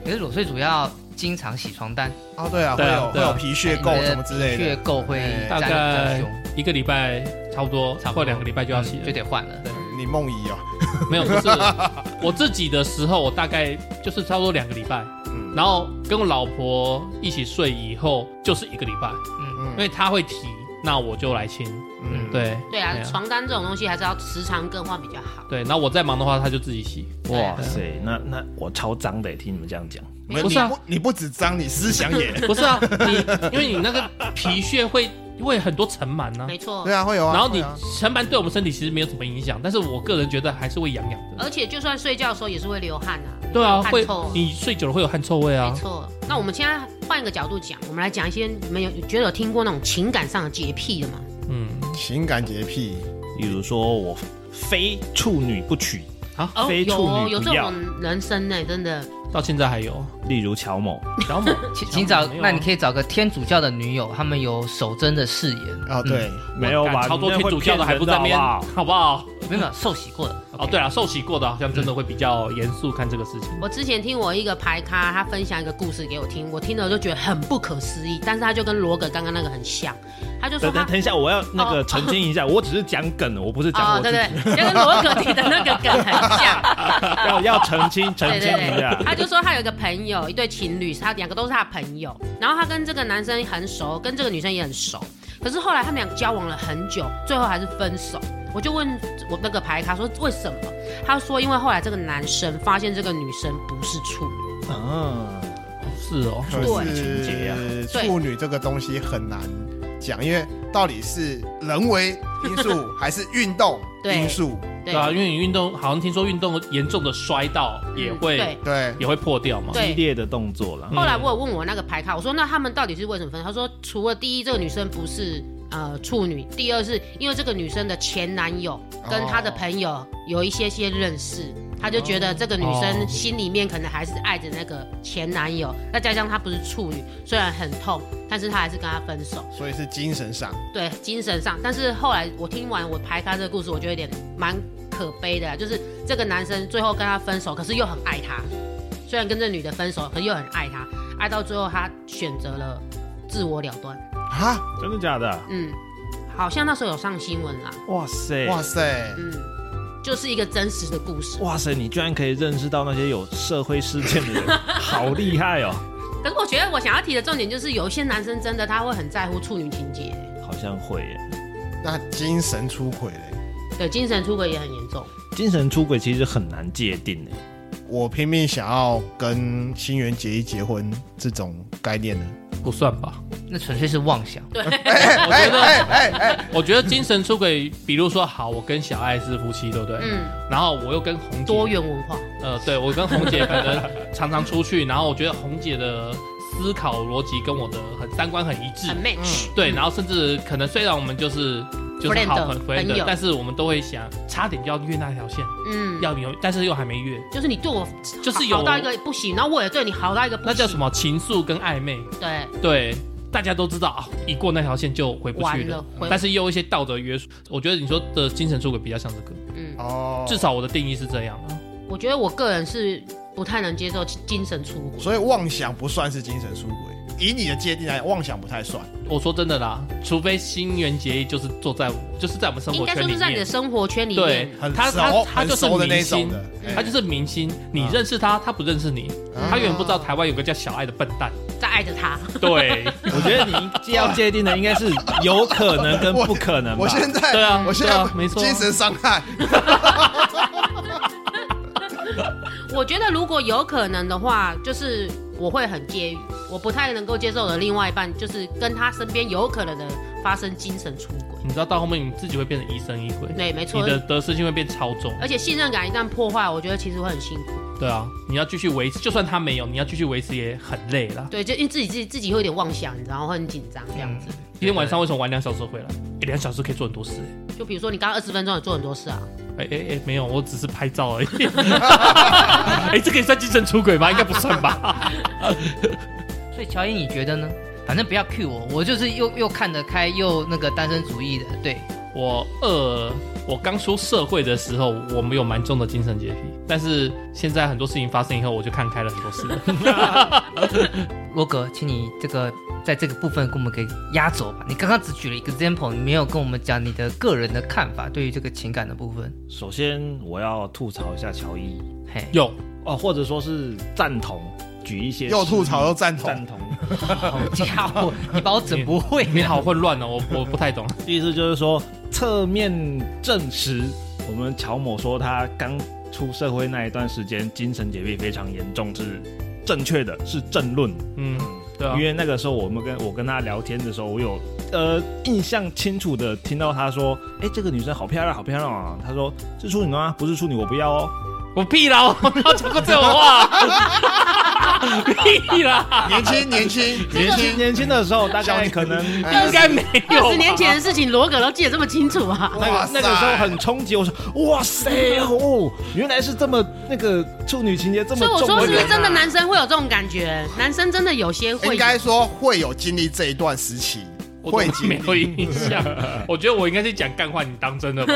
S4: 可是裸睡主要经常洗床单，
S3: 哦，对啊，会
S1: 对啊
S3: 有会
S1: 对啊
S3: 有皮屑
S4: 哎
S3: 垢哎什么之类
S4: 血
S3: 的。
S4: 垢会
S3: 哎
S1: 大
S4: 沾得比
S1: 概
S4: 较凶，
S1: 一个礼拜差不多，
S4: 差不多
S1: 或两个礼拜就要洗了
S4: 就。得换了。
S5: 嗯
S3: 你梦遗哦，
S1: 没有，不 是我自己的时候，我大概就是差不多两个礼拜，
S3: 嗯
S1: 然后跟我老婆一起睡以后就是一个礼拜，
S4: 嗯，
S3: 嗯
S1: 因为她会提，那我就来清。
S3: 嗯，
S1: 对
S5: 对啊，床单这种东西还是要时常更换比较好。
S1: 对，然后我再忙的话，她就自己洗。
S2: 哇塞，那那我超脏的，听你们这样讲，
S3: 没
S1: 不是啊
S3: 你不你不止脏，你思想 也
S1: 不是啊，你因为你那个皮屑会会很多尘螨呢
S5: 没，错
S3: 对，啊，会有啊。
S1: 然后你
S3: 会啊
S1: 尘螨对我们身体其实没有什么影响，但是我个人觉得还是会痒痒的。
S5: 而且就算睡觉的时候也是会流汗啊。
S1: 对啊，
S5: 汗
S1: 会
S5: 臭
S1: 你睡久了会有汗臭味啊
S5: 没。错，那我们现在换一个角度讲，我们来讲一些你们有觉得有听过那种情感上的洁癖的吗？
S1: 嗯，
S3: 情感洁癖，
S2: 比如说我非处女不娶，
S5: 哦，
S2: 非
S5: 有
S2: 处
S5: 哦
S2: 女
S5: 有
S2: 不
S5: 这
S2: 要
S5: 种人生呢，真的
S1: 到现在还有
S2: 例如乔 某，
S1: 小某，
S4: 请请找
S1: 没有，啊
S4: 那你可以找个天主教的女友，他们有守贞的誓言，
S3: 哦，对，
S1: 嗯
S2: 没有吧？
S1: 操作
S2: 那
S1: 天
S2: 会
S1: 主教的还不在那
S2: 骗
S1: 边，
S2: 人的
S1: 好
S2: 好不好
S1: 不好？
S4: 嗯没有没有受洗过的。
S1: 哦，对了，受洗过的好像真的会比较严肃看这个事情。
S5: 我之前听我一个牌咖，他分享一个故事给我听，我听了就觉得很不可思议，但是他就跟罗格刚刚那个很像，他就说
S2: 等
S5: 他哦
S2: 等等一下，我要那个澄清一 下，我只是讲梗，哦我不是讲我自
S5: 对
S2: 己，
S5: 哦对，就跟罗格提的那个梗很 像，
S2: 要要澄清澄
S5: 啊对
S2: 清
S5: 对
S2: 一下
S5: 对，。 他就说他有一个朋友，一对情侣，他两个都是他的朋友，然后他跟这个男生很熟，跟这个女生也很熟，可是后来他们俩交往了很久，最后还是分手。我就问我那个牌咖说为什么？他说因为后来这个男生发现这个女生不是处女。
S2: 嗯，
S1: 是哦，
S3: 可
S5: 对
S2: 情节啊
S3: 是
S5: 对
S3: 处女这个东西很难讲，因为到底是人为因素还是运动
S5: 对
S3: 因素？
S5: 对
S1: 对啊，因为你运动好像听说运动严重的摔到也会、
S5: 嗯对
S3: 对，
S1: 也会破掉嘛。
S5: 对
S2: 激烈的动作
S1: 嗯
S2: 啦。
S5: 后来我有问我那个牌咖，我说那他们到底是为什么分手？他说除了第一，这个女生不是呃处女；第二是因为这个女生的前男友
S1: 哦
S5: 跟她的朋友有一些些认识，他就觉得这个女
S1: 哦
S5: 生心里面可能还是爱着那个前男友，再加上她不是处女，虽然很痛，但是她还是跟他分手。
S3: 所以是精神上。
S5: 对，精神上。但是后来我听完我排咖这个故事，我觉得有点蛮可悲的啦，啊就是这个男生最后跟她分手，可是又很爱她，虽然跟这女的分手，可是又很爱她，爱到最后他选择了自我了断。
S3: 啊，
S2: 真的假的？
S5: 嗯，好像那时候有上新闻啦。
S2: 哇塞，
S3: 哇塞，
S5: 嗯，就是一个真实的故事。
S2: 哇塞，你居然可以认识到那些有社会事件的 人，好厉害哦！
S5: 可是我觉得我想要提的重点就是，有一些男生真的他会很在乎处女情节，
S2: 好像会耶。
S3: 那精神出轨嘞？
S5: 对，精神出轨也很严重。
S2: 精神出轨其实很难界定诶，
S3: 我拼命想要跟新垣结衣结婚这种概念呢？
S1: 不算吧？
S4: 那纯粹是妄想。
S1: 我觉得，
S3: 哎哎，
S1: 我觉得精神出轨，比如说，好，我跟小爱是夫妻，对不对？
S5: 嗯，
S1: 然后我又跟红姐
S5: 多元文化。
S1: 呃，对我跟红姐可能常常出去，然后我觉得红姐的思考逻辑跟我的很三观很一致
S5: 很，match，、
S1: 对，然后甚至可能虽然我们就是就是
S5: Friend，
S1: 好很
S5: 朋
S1: friend，
S5: 友
S1: 的但是我们都会想，差点就要越那条线，
S5: 嗯，
S1: 要有，但是又还没越，
S5: 就是你对我
S1: 就是
S5: 好
S1: 有
S5: 到一个不行，然后我也对你好到一个不行，
S1: 那叫什么情愫跟暧昧，
S5: 对，
S1: 对。大家都知道啊，一过那条线就回不去
S5: 完
S1: 了
S5: 了，回
S1: 但是又有一些道德约束。我觉得你说的精神出轨比较像这个，
S5: 嗯，
S3: 哦，
S1: 至少我的定义是这样啊。
S5: 我觉得我个人是不太能接受精神出轨，
S3: 所以妄想不算是精神出轨。以你的界定来，讲，妄想不太算。
S1: 我说真的啦，除非新垣结衣就是坐在就是在我们生
S5: 应
S1: 活
S5: 该
S1: 圈
S5: 说
S1: 里
S5: 是在你的
S1: 面，
S5: 生活圈里
S1: 对
S5: 面，嗯
S3: 很
S1: 他他
S3: 熟
S1: 他
S3: 很
S1: 就是
S3: 熟的
S1: 明
S3: 那种
S1: 星
S3: 的，嗯哎
S1: 他就是明星，你
S3: 啊
S1: 认识他，他不认识你，他永远不知道台湾有个叫小爱的笨蛋。
S3: 啊
S5: 在爱着他，
S1: 对，
S2: 我觉得你要界定的应该是有可能跟不可能吧。
S3: 我现在
S1: 对啊
S3: 我现在
S1: 对啊没错啊
S3: 精神伤害。
S5: 我觉得如果有可能的话，就是我会很介意，我不太能够接受我的另外一半，就是跟他身边有可能的发生精神出轨。
S1: 你知道到后面你自己会变成疑神疑鬼，
S5: 对，没
S1: 你
S5: 错，
S1: 的得失心会变超重。
S5: 而且信任感一旦破坏，我觉得其实会很辛苦。
S1: 对啊，你要继续维持，就算他没有，你要继续维持也很累啦。
S5: 对，就因为自己自己自己会有点妄想，你知道吗，会很紧张这样子。
S1: 今天晚上为什么玩两小时回来？诶两小时可以做很多事、欸。
S5: 就比如说你刚刚二十分钟也做很多事啊，
S1: 哎哎哎，没有，我只是拍照 而已。哎、这可以算精神出轨吗？应该不算吧。
S4: 所以乔伊，你觉得呢？反正不要 cue 我，我就是又又看得开又那个单身主义的，对，
S1: 我二，我刚出社会的时候，我们有蛮重的精神洁癖，但是现在很多事情发生以后，我就看开了很多事 了。
S4: 罗格，请你这个在这个部分给我们给压轴吧。你刚刚只举了一个 example，你没有跟我们讲你的个人的看法对于这个情感的部分。
S2: 首先我要吐槽一下乔伊
S4: 嘿，
S1: 有，
S2: 哦，或者说是赞同，举一些
S3: 又吐槽又赞
S2: 赞
S3: 同，
S2: 同，
S4: 好家伙，你把我整不会
S1: 你好混乱哦，我我不太懂。
S2: 意思就是说侧面证实我们乔某说他刚出社会那一段时间精神洁癖非常严重是正确的，是正论。
S1: 嗯，对啊
S2: 因，为那个时候我们跟我跟他聊天的时候，我有呃印象清楚的听到他说：“哎、这个女生好漂亮，好漂亮啊！”他说：“是处女吗？不是处女，我不要哦。
S1: 我屁啦，我没有讲过这种 话。屁啦，
S3: 年轻 年轻年
S2: 年
S3: 轻，
S2: 年轻的时候，大概
S3: 小
S2: 可能
S3: 哎
S1: 应该没有吧。
S5: 二十年前的事情，罗格都记得这么清楚啊。
S2: 那
S3: 哇
S2: 个那
S3: 塞
S2: 个时候很冲击。我说：“哇塞哦，原来是这么那个处女情节这么
S5: 所以
S2: 重、啊。”
S5: 我说，是不是真的男生会有这种感觉？男生真的有些会，
S3: 应该说会有经历这一段时期，
S1: 我
S3: 会
S1: 怎么
S3: 经
S1: 没有
S3: 历。
S1: 印象。我觉得我应该是讲干话，你当真的吧？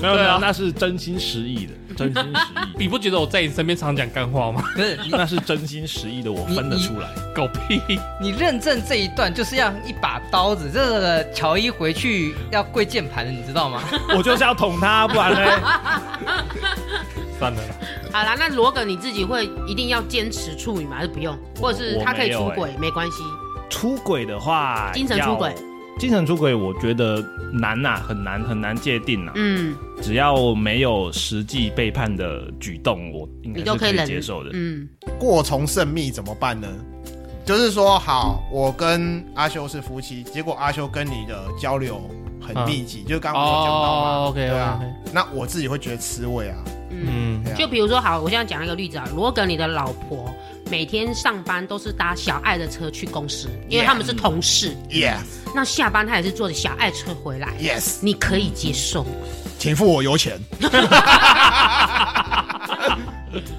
S2: 没有没
S1: 对啊
S2: 有，那是真心实意的，真心实意，
S1: 你不觉得我在你身边常讲干话 吗？
S4: 不是你
S2: 那是真心实意的，我分得出来。
S1: 狗屁！
S4: 你认证这一段就是要一把刀子，这个乔伊回去要跪键盘了，你知道吗？
S2: 我就是要捅他，不然 呢？
S1: 算了啦，
S5: 好啦，那罗格你自己会一定要坚持处女吗？还是不用？或者是
S2: 我
S5: 他可以出
S2: 我没欸哎
S5: 轨没关系？
S2: 出轨的话，
S5: 精神出轨，
S2: 精神出轨，我觉得难呐、很难很难界定呐、啊
S5: 嗯，
S2: 只要没有实际背叛的举动，我应该
S5: 你
S2: 是
S5: 都
S2: 可
S5: 以忍
S2: 接受的。
S5: 嗯，
S3: 过从甚密怎么办呢？就是说，好，我跟阿修是夫妻，结果阿修跟你的交流很密集，就刚刚我讲到嘛，
S1: 哦，OK，OK，OK
S3: 对啊那我自己会觉得吃味啊，
S1: 嗯
S3: 对，啊
S5: 就比如说，好，我现在讲一个例子啊，罗格你的老婆每天上班都是搭小爱的车去公司，因为
S3: Yeah
S5: 他们是同事。
S3: ，yes
S5: 那下班她也是坐着小爱车回来，
S3: yes，
S5: 你可以接受吗？
S3: 请付我油钱，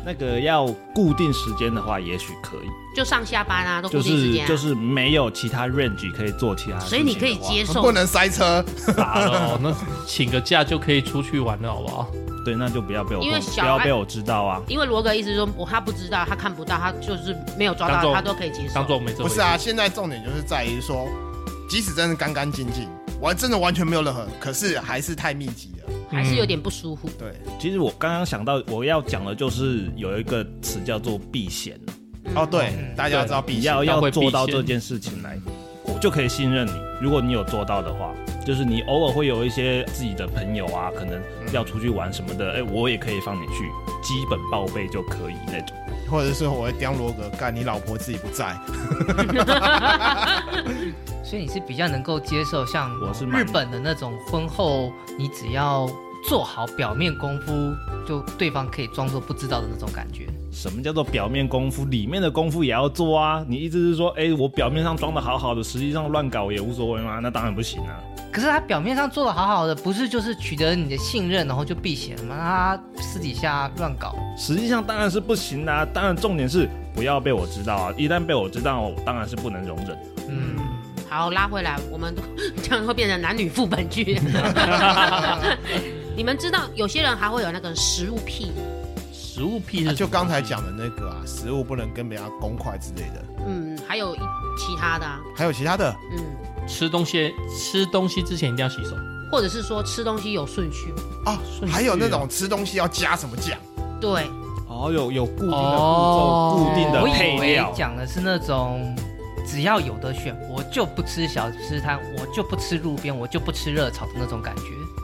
S2: 那个要固定时间的话，也许可以，
S5: 就上下班啊，都固
S2: 就
S5: 定时
S2: 是
S5: 间、啊
S2: 就是没有其他 range 可以做其他事
S5: 所
S2: 情
S5: 以
S2: 的话，啊
S5: 你可以接受
S3: 不。能塞车，
S1: 打了哦，那请个假就可以出去玩了，好不好？
S2: 对，那就不要被我
S5: 因为
S2: 碰
S5: 小
S2: 不要
S5: 孩
S2: 被我知道啊。
S5: 因为罗格意思是说，我他不知道，他看不到，他就是没有抓
S1: 当
S5: 到，
S1: 做
S5: 他都可以接受
S1: 当。做我没这回
S3: 不
S1: 事
S3: 是啊，，现在重点就是在于说，即使真的干干净净，完真的完全没有任何，可是还是太密集了，
S5: 还是有点不舒服。
S3: 对，
S2: 其实我刚刚想到我要讲的就是有一个词叫做避嫌，啊
S3: 哦对，大家要知道避
S2: 你
S3: 嫌
S2: 要
S1: 要
S2: 要
S1: 会避
S2: 做到
S1: 嫌
S2: 这件事情来，我就可以信任你。如果你有做到的话，就是你偶尔会有一些自己的朋友啊，可能要出去玩什么的，哎、我也可以放你去，基本报备就可以那种。
S3: 或者是我会刁罗格干，你老婆自己不在，
S4: 所以你是比较能够接受像
S2: 我是蛮
S4: 日本的那种婚后，你只要做好表面功夫，就对方可以装作不知道的那种感觉。
S2: 什么叫做表面功夫？里面的功夫也要做啊！你意思是说，哎、我表面上装的好好的，实际上乱搞也无所谓吗？那当然不行啊！
S4: 可是他表面上做的好好的，不是就是取得你的信任，然后就避嫌吗？那他私底下乱搞，
S2: 实际上当然是不行啊！当然重点是不要被我知道啊！一旦被我知道，我当然是不能容忍。
S4: 嗯，
S5: 好，拉回来，我们 都这样会变成男女副 本剧。你们知道，有些人还会有那个食物癖，
S1: 食物癖是什么
S3: 啊就刚才讲的那个啊，食物不能跟别人家公筷之类的，
S5: 嗯，还有一其他的、啊，
S3: 还有其他的，
S5: 嗯，
S1: 吃东西，吃东西之前一定要洗手。
S5: 或者是说吃东西有顺序，
S3: 啊
S1: 顺，序
S3: 还有那种吃东西要加什么酱，
S5: 对，
S2: 哦，有有固定的步骤、
S1: 哦
S2: 固定的
S4: 我
S2: 配
S4: 以为
S2: 料。
S4: 讲的是那种，只要有的选，我就不吃小吃摊，我就不吃路边，我就不吃热炒的那种感觉。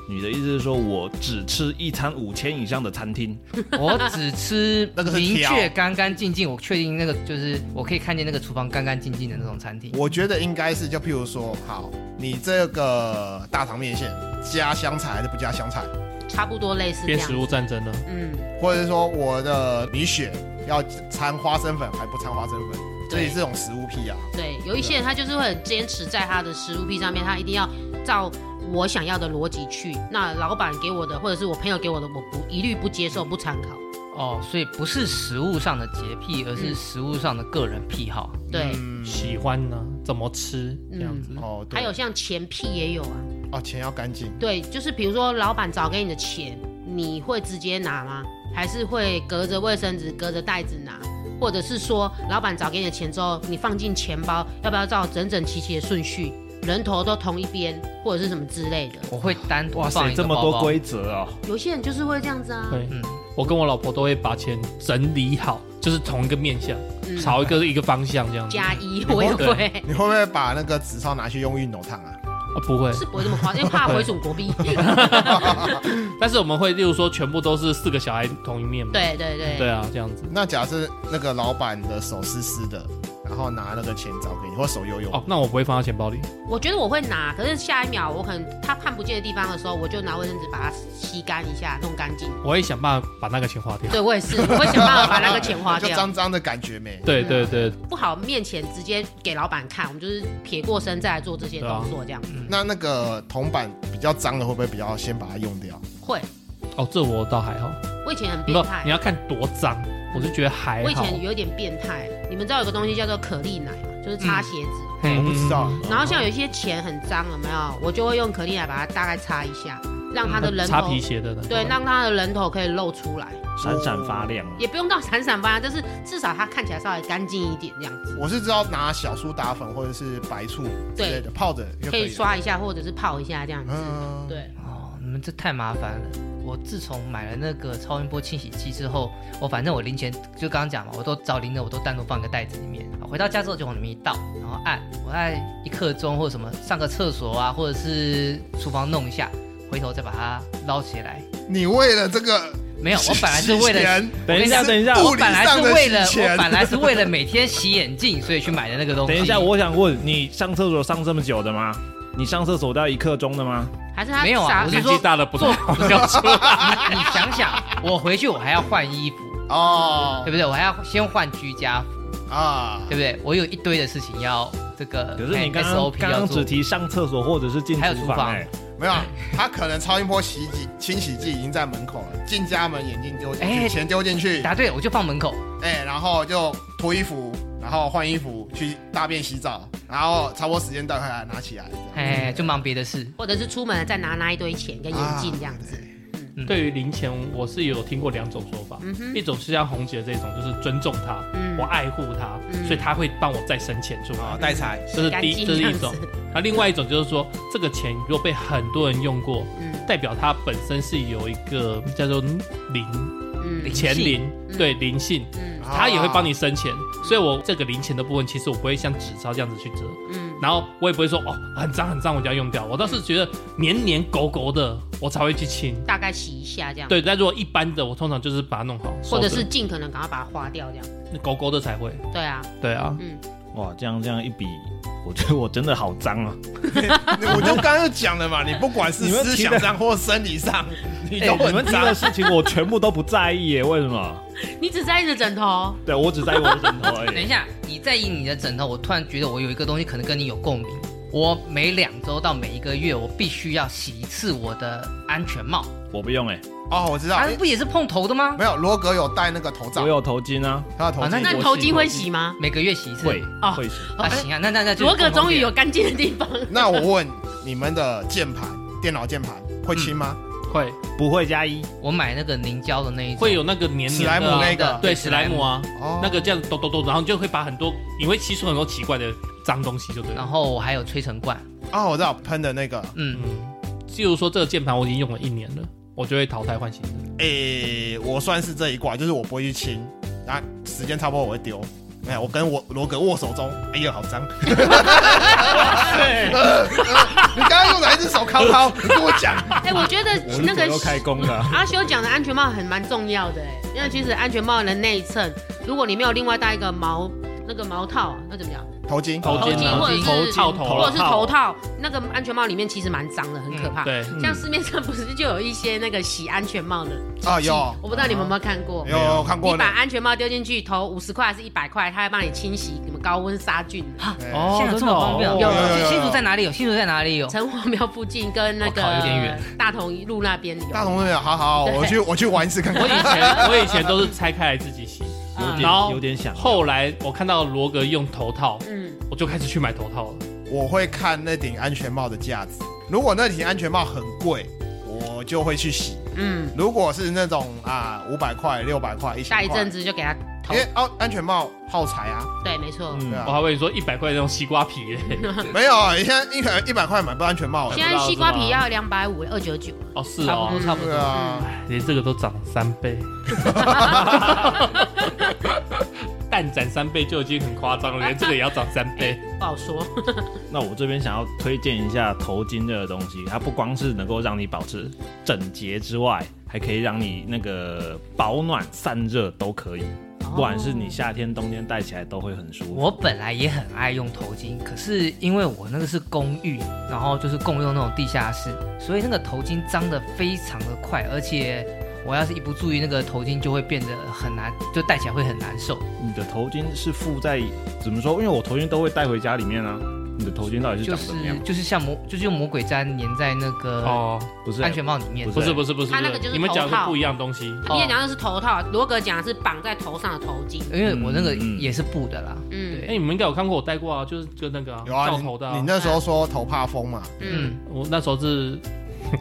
S2: 你的意思是说我只吃一餐五千以上的餐厅？
S4: 我只 吃
S3: 那个是
S4: 明
S3: 挑
S4: 确干干净净，我确定那个就是我可以看见那个厨房干干净净的那种餐厅。
S3: 我觉得应该是，就譬如说，好，你这个大肠面线加香菜还是不加香菜，
S5: 差不多类似这
S1: 变
S5: 样
S1: 食。物战争了，
S5: 嗯，
S3: 或者是说我的米血要掺花生粉还不掺花生粉，所以
S5: 对
S3: 这种食物癖啊，
S5: 对，有一些人他就是会很坚持在他的食物癖上面，他一定要照我想要的逻辑去。那老板给我的，或者是我朋友给我的，我不一律不接受，不参考。
S4: 哦，所以不是食物上的洁癖，而是
S5: 嗯
S4: 食物上的个人癖好。
S5: 对，
S3: 嗯，
S1: 喜欢呢，怎么吃这样子，
S3: 哦，对
S5: 还有像钱癖也有啊。
S3: 哦，钱要干净，
S5: 对，就是比如说老板找给你的钱，你会直接拿吗？还是会隔着卫生纸、隔着袋子拿？或者是说，老板找给你的钱之后，你放进钱包，要不要照整整齐齐的顺序，人头都同一边，或者是什么之类的？
S4: 我会单独
S2: 哇
S4: 放
S2: 塞，
S4: 一
S2: 这
S4: 个
S2: 么
S4: 包
S2: 多
S4: 包。
S2: 规则哦！
S5: 有些人就是会这样子啊。
S1: 对。
S4: 嗯，
S1: 我跟我老婆都会把钱整理好，就是同一个面向，
S5: 嗯
S1: 朝一个一个方向这样子。
S5: 加一， 我也会，
S3: 你会不会把那个纸钞拿去用熨斗烫啊？
S1: 啊，不会，
S5: 是不会这么夸张，因为怕毁损国 币。
S1: 但是我们会，例如说，全部都是四个小孩同一面嘛。
S5: 对对对，
S1: 对啊，这样子。
S3: 那假设那个老板的手湿湿的，然后拿那个钱找给你，或手油油，
S1: 哦，那我不会放到钱包里。
S5: 我觉得我会拿，可是下一秒我可能他看不见的地方的时候，我就拿卫生纸把它吸干一下，弄干净。
S1: 我会想办法把那个钱花掉。
S5: 对我也是，我会想办法把那个钱
S4: 啊
S5: 花
S3: 就
S5: 掉。
S3: 脏脏的感觉没？
S1: 对对对，
S5: 不好面前直接给老板看，我们就是撇过身再来做这些
S1: 啊
S5: 动作，这样、
S1: 嗯
S3: 那那个铜板比较脏的，会不会比较先把它用掉？
S5: 会。
S1: 哦，这我倒还好。
S5: 我以前很变
S1: 不，
S5: 态
S1: 你，要看多脏，我是觉得还
S5: 我以
S1: 好。
S5: 前有一点变态。你们知道有个东西叫做可丽奶嘛，就是
S1: 嗯
S5: 擦鞋子。
S4: 嘿
S3: 我不知道，
S5: 然后像有一些钱很脏，有没有？我就会用可丽奶把它大概擦一下，让它的人
S1: 嗯擦
S5: 头、
S1: 皮鞋的呢？
S5: 对，让它的人头可以露出来，
S2: 闪闪发亮。
S5: 也不用到闪闪发亮，但是至少它看起来稍微干净一点这样子，
S3: 我是知道拿小苏打粉或者是白醋之类
S4: 嗯
S3: 的泡着就
S5: 可
S3: 可以
S5: 以
S3: 了。
S5: 刷一下或者是泡一下这样子。
S3: 嗯，
S5: 对，
S4: 哦，你们这太麻烦了。我自从买了那个超音波清洗器之后，我反正我零钱就刚刚讲嘛，我都找零的我都单独放一个袋子里面，哦回到家之后就往里面一倒，然后按，我按一刻钟或者什么上个厕所啊，或者是厨房弄一下，回头再把它捞起来。
S3: 你为了这个
S4: 没有，我本来是为
S3: 洗
S4: 了
S3: 钱
S2: 等一下，
S3: 是
S2: 等一下，
S3: 物
S4: 我
S3: 理
S4: 本来
S3: 上
S4: 是
S3: 的
S4: 为了
S3: 洗
S4: 我
S3: 钱
S4: 本来是为了每天洗眼镜，所以去买的那个东西。
S2: 等一下，我想问你，上厕所上这么久的吗？你上厕所到一刻钟的吗？
S3: 嗯
S5: 还是它
S4: 没有啊
S5: 撒
S4: 我是
S1: 年
S5: 撒
S1: 纪
S4: 说
S1: 大了不做不要出来。
S4: 你你想想，我回去我还要换衣服，
S3: 哦
S4: 对不对？我还要先换居家服，
S3: 啊
S4: 对，不对？我有一堆的事情要这个，哎
S2: 可是你刚刚
S4: SOP
S2: 刚
S4: 要
S2: 刚
S4: 做
S2: 只。提上厕所或者是进
S4: 还有
S2: 厨
S4: 厨
S2: 房，
S4: 房
S2: 哎，
S3: 没有啊，他可能超音波洗剂清洗剂已经在门口了，进家门眼镜丢进去，
S4: 哎
S3: 钱丢进去，
S4: 答对，我就放门口。
S3: 哎，然后就脱衣服，然后换衣服去大便洗澡，然后差不多时间到回来拿起来，这样
S2: 嗯
S4: 哎，就忙别的事。
S5: 或者是出门了再拿那一堆钱跟眼
S3: 啊
S5: 镜这样子。
S1: 对于零钱，我是有听过两种说法，
S5: 嗯哼
S1: 一种是像红姐这种，就是尊重他，
S5: 嗯
S1: 我爱护他，
S5: 嗯
S1: 所以他会帮我再生钱出来。
S3: 带财
S1: 这是
S5: 干
S1: 第一，
S5: 净
S1: 这是
S5: 这
S1: 一
S5: 样
S1: 种
S5: 子。
S1: 那另外一种就是说，这个钱如果被很多人用过，
S5: 嗯
S1: 代表它本身是有一个叫做零
S5: 嗯
S4: 灵
S1: 钱
S4: 性
S1: 零，
S5: 嗯
S1: 对灵性，
S5: 嗯
S1: 它也会帮你生钱。所以我这个零钱的部分，其实我不会像纸钞这样子去折，
S5: 嗯，
S1: 然后我也不会说哦很脏很脏我就要用掉，我倒是觉得黏黏狗狗的我才会去清。
S5: 大概洗一下这样。，
S1: 对，但如果一般的，我通常就是把它弄好，
S5: 或者
S1: 收
S5: 是
S1: 着
S5: 尽可能赶快把它花掉这样。
S1: 狗狗的才会。
S5: 对啊，
S1: 对啊，
S5: 嗯，
S2: 哇，这样这样一比，我觉得我真的好脏啊！
S3: 我就刚刚就讲了嘛，你不管是
S2: 你们
S3: 思
S2: 提
S3: 想
S2: 的
S3: 上或生理上，你
S2: 哎
S3: 都
S2: 你
S3: 很
S2: 们提的事
S3: 脏。
S2: 情我全部都不在意耶，为什么？
S5: 你只在意着枕头，
S2: 对我只在意我的枕头而
S4: 等一
S2: 已。
S4: 下， 你在意你的枕头，我突然觉得我有一个东西可能跟你有共鸣。我每两周到每一个月，我必须要洗一次我的安全帽。
S2: 我不用哎，
S3: 哦，我知道
S4: 啊，，不也是碰头的吗？
S3: 没有罗格有戴那个头罩
S2: 我，有头巾啊，
S3: 他的头
S4: 啊那
S3: 巾
S4: 你
S5: 那
S2: 我
S5: 头
S2: 洗
S5: 巾
S2: 头
S5: 会
S2: 巾
S5: 洗吗？
S4: 每个月洗一次。
S2: 会
S5: 哦
S2: 会洗。
S4: 啊，行啊，那那那就
S5: 罗格终于有
S4: 共同
S5: 干净的地方 了。
S3: 那我问你们的键盘，电脑键盘会清吗？
S1: 嗯会
S2: 不会加一，
S4: 点我买那个凝胶的那一种，
S1: 会有那个黏
S3: 史
S1: 黏
S3: 莱姆
S1: 的啊、
S3: 那个
S1: 对史莱姆，啊，
S3: 哦
S1: 那个这样抖抖抖，然后你就会把很多，你会吸出很多奇怪的脏东西，就对
S5: 哦
S4: 然
S1: 了。
S4: 后我还有吹尘罐。
S3: 哦，我知道喷的那个，
S4: 嗯，
S1: 嗯，例如说这个键盘我已经用了一年了，我就会淘汰换新的。
S3: 诶、我算是这一挂，就是我不会去清，然后时间差不多我会丢。哎，我跟我 罗格握手中，哎呀，好脏！你刚刚用哪一只手铐铐，你跟我讲，
S5: 哎、我觉得
S2: 我是
S5: 那
S2: 左
S5: 个
S2: 右开工的啊，
S5: 阿修讲的安全帽很蛮重要的哎，因为其实安全帽的内衬，如果你没有另外戴一个毛那个毛套，啊那怎么讲？
S3: 头巾，
S1: 头巾啊
S5: 头巾或者是
S1: 套
S2: 头
S1: 头
S5: 或
S1: 了
S5: 者是头套，那个安全帽里面其实蛮脏的，很可怕。
S1: 对，
S5: 像市面上不是就有一些那个洗安全帽的
S3: 啊有嗯
S5: 我不知道你们有没有看过。
S3: 有有看过
S5: 你
S3: 的
S5: 把，安全帽丢进去，投五十块还是一百块，他会帮你清洗什么高温杀菌的。
S3: 哎
S1: 哦
S4: 现在有这么方便啊，
S5: 真的哦有
S3: 有
S5: 有
S3: 有有
S4: 新竹在哪里有？新竹在哪里有？
S5: 城隍庙附近跟那
S4: 我靠有点
S5: 个
S4: 远
S5: 大同路那边有。
S3: 大同那边，好好，我去我去玩一次看
S1: 我
S3: 看
S1: 以。前我以前都是拆开来自己洗，
S5: 嗯
S2: 有
S1: 然
S2: 点
S1: 后
S2: 有点想。
S1: 后来我看到罗格用头套，
S5: 嗯，
S1: 我就开始去买头套了。
S3: 我会看那顶安全帽的价值。如果那顶安全帽很贵，我就会去洗；
S5: 嗯，
S3: 如果是那种啊五百块、六百块、一
S5: 下
S3: 千
S5: 一阵
S3: 块，
S5: 子就给他投
S3: 因。为哦安全帽耗材啊，
S5: 对，没错。
S2: 嗯
S3: 对
S1: 我
S3: 啊，
S1: 还问你说一百块那种西瓜皮嘞，
S3: 没有啊，你现在一百一百块买不到安全帽欸了
S5: 现，在西瓜皮要两百五二九九，
S1: 哦是
S4: 差不
S1: 哦
S4: 多，，差不
S3: 对
S4: 多。
S3: 啊，
S1: 哎连这个都涨三 倍，蛋涨三倍就已经很夸张了，连这个也要涨三倍。
S5: 不好说。
S2: 那我这边想要推荐一下头巾这个东西，它不光是能够让你保持整洁之外，还可以让你那个保暖、散热都可以。不管是你夏天、冬天戴起来都会很舒服。
S4: 哦我本来也很爱用头巾，可是因为我那个是公寓，然后就是共用那种地下室，所以那个头巾脏的非常的快，而且我要是一不注意，那个头巾就会变得很难，就戴起来会很难受。
S2: 你的头巾是附在怎么说？因为我头巾都会带回家里面啊。你的头巾到底是
S4: 就
S2: 长
S4: 是
S2: 怎么样？
S4: 就是像魔，就是用魔鬼毡粘在那
S3: 哎
S4: 个
S1: 哦，
S2: 不是
S4: 安全帽里面。
S2: 不
S1: 不是
S2: 对
S1: 不是不是，
S5: 它那个就是
S1: 你们讲
S5: 头
S1: 的
S5: 套
S1: 不一样东西。
S5: 你也讲的是头套，罗格讲的是绑在头上的头巾。
S1: 哦
S4: 因为我那个
S2: 嗯嗯
S4: 也是布的啦。
S5: 嗯
S1: 哎、
S4: 对，
S1: 你们应该有看过我戴过啊，就是就那个、啊、
S3: 有啊，
S1: 照
S3: 你
S1: 头的、啊
S3: 你。那时候说头怕风嘛，
S5: 嗯
S4: 嗯，，
S1: 我那时候 是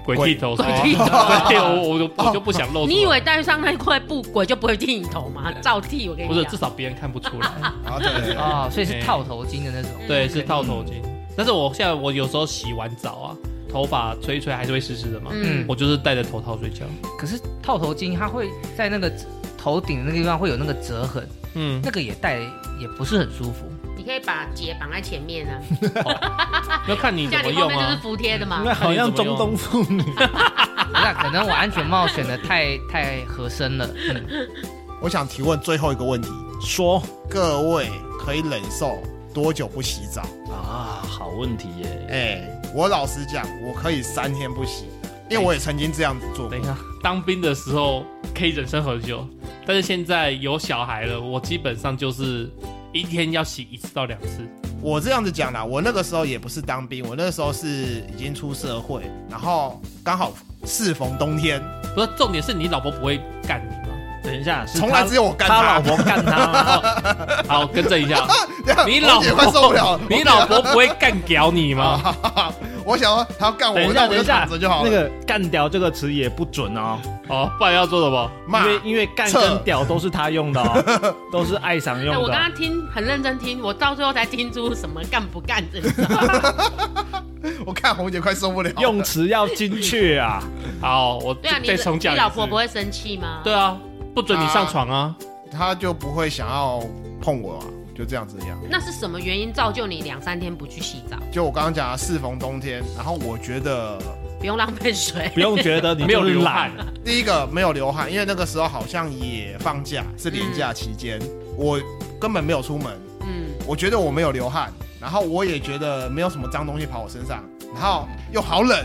S1: 鬼剃头，所以
S3: 鬼剃
S4: 头
S1: 所以我我就我就不想露出来。
S5: 你以为戴上那块布鬼就不会剃你头吗？照剃，我跟
S1: 嗯不
S5: 你啊
S1: 是？至
S5: 讲。
S1: 少别人看不 出来。
S3: 啊对对对，
S4: 哦，所以是
S1: 哎
S4: 套头巾的那种。
S1: 对，是套头巾。但是我现在我有时候洗完澡啊，头发吹一吹还是会湿湿的嘛。
S5: 嗯，
S1: 我就是戴着头套睡觉。
S4: 可是套头巾它会在那个头顶的那个地方会有那个折痕，
S1: 嗯，
S4: 那个也戴也不是很舒服。
S5: 你可以把结绑在前面啊，
S1: 要看 你
S5: 这
S1: 怎么
S5: 样你后
S1: 用
S5: 面就是
S1: 啊。
S5: 服帖的嘛
S2: 那。欸好像中东妇 女。
S4: 那可能我安全帽选的太 太合身了。嗯，
S3: 我想提问最后一个问题，
S2: 说
S3: 各位可以忍受多久不洗澡？
S2: 啊，好问题耶！
S3: 哎、我老实讲，我可以三天不洗，因为我也曾经这样子做过
S1: 等一。下，当兵的时候可以忍受很久，但是现在有小孩了，我基本上就是一天要洗一次到两次。
S3: 我这样子讲啦，我那个时候也不是当兵，我那时候是已经出社会，然后刚好适逢冬天，
S1: 不是，重点是你老婆不会干你吗？
S2: 等一下，是
S3: 从来
S2: 他
S3: 只有我干
S2: 他老
S3: 他。
S2: 婆干他 吗？
S1: 好，更正一 下，
S3: 等一下
S1: 你老
S3: 我姐快受不了
S1: 婆，， 你老婆不会干屌你吗？
S3: 啊我想要他要干
S2: 等
S3: 我，
S2: 一下
S3: 那我就
S2: 等一下
S3: 躺着就好
S2: 那
S3: 了。
S2: 个“干屌”这个词也不准哦，
S1: 哦，不然要做什么？
S3: 骂
S2: 因为因为“干”跟“屌”都是他用的哦， 都是爱上
S5: 那
S2: 用
S5: 啊哎我
S2: 的
S5: 刚。刚听很认真听，我到最后才听出什么干不干这种。
S3: 我看红姐快受不了了，
S2: 用词要精确 啊！
S1: 好，我
S5: 对啊，
S1: 再
S5: 你
S1: 再重
S5: 你
S1: 讲一次。
S5: 老婆不会生气吗？
S1: 对啊，不准你上床啊！
S3: 他就不会想要碰我啊，就这样子一样。
S5: 那是什么原因造就你两三天不去洗澡？
S3: 就我刚刚讲的，适逢冬天，然后我觉得
S5: 不用浪费水。
S2: 不用觉得你
S1: 没有
S2: 就是
S1: 流
S2: 懒
S1: 汗，
S3: 第一个没有流汗，因为那个时候好像也放假，是连假期间，我根本没有出门，
S5: 嗯，
S3: 我觉得我没有流汗，然后我也觉得没有什么脏东西跑我身上，然后又好冷，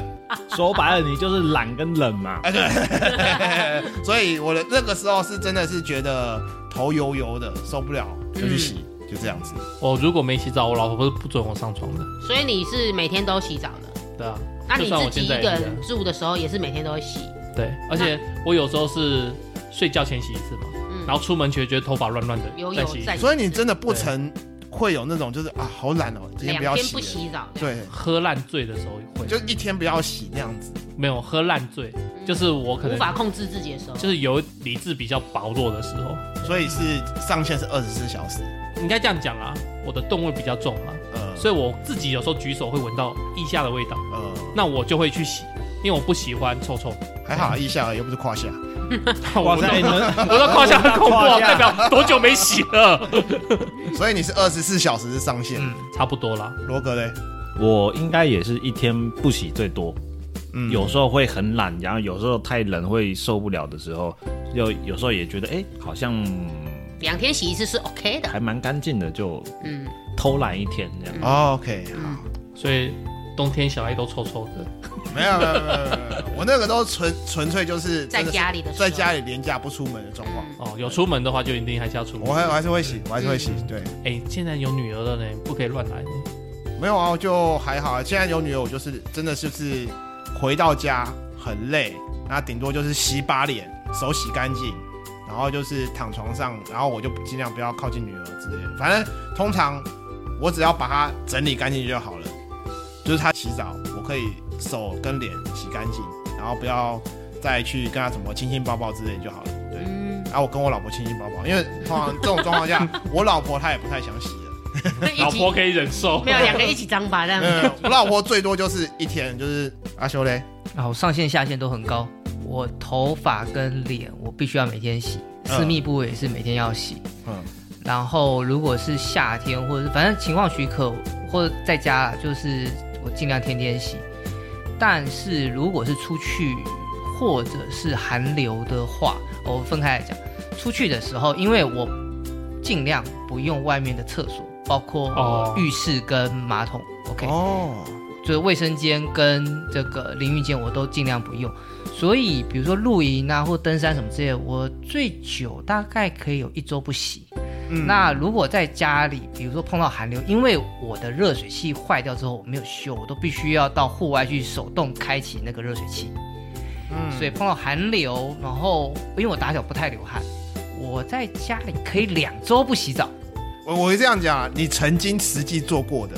S2: 说白了你就是懒跟冷 嘛。
S3: 哎对， 所以我的那个时候是真的是觉得头油油的，受不了就去洗，
S5: 嗯
S3: 就这样子。
S1: 我哦如果没洗澡，我老婆是不准我上床的。
S5: 所以你是每天都洗澡的。
S1: 对啊，
S5: 那
S1: 就
S5: 你
S1: 算
S5: 自
S1: 我
S5: 己
S1: 现在
S5: 一
S1: 也
S5: 个
S1: 是啊
S5: 人住的时候，也是每天都会洗。
S1: 对，而且我有时候是睡觉前洗一次嘛，
S5: 嗯，
S1: 然后出门觉得觉得头发乱乱的，
S5: 有
S1: 再
S5: 有
S1: 洗一次。
S5: 在，
S3: 所以你真的不曾会有那种就是啊好懒哦，今天
S5: 嗯两
S3: 不要
S5: 天
S3: 洗
S5: 不
S3: 了，
S5: 洗澡，
S3: 对，
S1: 喝烂醉的时候会，
S3: 就一天不要洗那样子。
S1: 没有喝烂醉，
S5: 嗯
S1: 就是我可
S5: 无
S1: 能
S5: 法控制自己的时候，
S1: 就是有理智比较薄弱的时候，
S3: 所以是上限是二十四小时。
S1: 应该这样讲啊。我的动味比较重嘛，
S3: 呃
S1: 所以我自己有时候举手会闻到腋下的味道，
S3: 呃，
S1: 那我就会去洗，因为我不喜欢臭臭的。
S3: 还好腋下而已又不是胯下。
S2: 哇
S1: 我
S2: 塞，
S1: 在
S2: 你们
S1: 我都胯下很恐怖啊，
S2: 胯下
S1: 代表多久没洗了？
S3: 所以你是二十四小时是上限。
S4: 嗯
S1: 差不多啦。
S3: 罗格嘞，
S2: 我应该也是一天不洗最多，
S3: 嗯
S2: 有时候会很懒，然后有时候太冷会受不了的时候，又有时候也觉得哎、好像
S5: 两天洗一次是 OK 的。
S2: 还蛮干净的，就
S5: 嗯，
S2: 偷懒一天这样。
S3: 哦 OK，
S1: 所以冬天小爱都臭臭的。
S3: 没有没有没有没有没有，我那个都纯 纯粹就是
S5: 在
S3: 真的是
S5: 家里的时候
S3: 在家里廉价不出门的状况，
S1: 哦，有出门的话就一定还是要出门。
S3: 我还我还是会洗，我还是会洗，
S5: 嗯
S3: 对。
S1: 哎、现在有女儿了呢，不可以乱来呢。
S4: 哎
S3: 没有啊，我就还好啊。现在有女友，我就是真的就是回到家很累，那顶多就是洗把脸，手洗干净，然后就是躺床上，然后我就尽量不要靠近女儿之类的。反正通常我只要把它整理干净就好了，就是她洗澡，我可以手跟脸洗干净，然后不要再去跟她怎么亲亲抱抱之类就好了。对，
S5: 嗯，
S3: 然后我跟我老婆亲亲抱抱，因为通常这种状况下，我老婆她也不太想洗了。
S1: 老
S5: 一起
S1: 婆嗯可以忍受。
S5: 嗯 没有两个一起张吧这样
S3: 没。有没有嗯我老婆最多就是一天，就是阿修嘞，
S4: 啊，我上线下线都很高。我头发跟脸我必须要每天洗，私密部位也是每天要洗。
S3: 嗯，
S4: 然后如果是夏天或者是反正情况许可，或者在家啦就是我尽量天天洗。但是如果是出去或者是寒流的话，我分开来讲，出去的时候，因为我尽量不用外面的厕所，包
S1: 哦
S4: 括浴室跟马桶。OK，
S3: 哦，
S4: 就是卫生间跟这个淋浴间我都尽量不用，所以比如说露营啊或登山什么之类的，我最久大概可以有一周不洗。
S3: 嗯
S4: 那如果在家里，比如说碰到寒流，因为我的热水器坏掉之后我没有修，我都必须要到户外去手动开启那个热水器。
S3: 嗯
S4: 所以碰到寒流，然后因为我打小不太流汗，我在家里可以两周不洗澡，
S3: 我我会这样讲啊，你曾经实际做过的，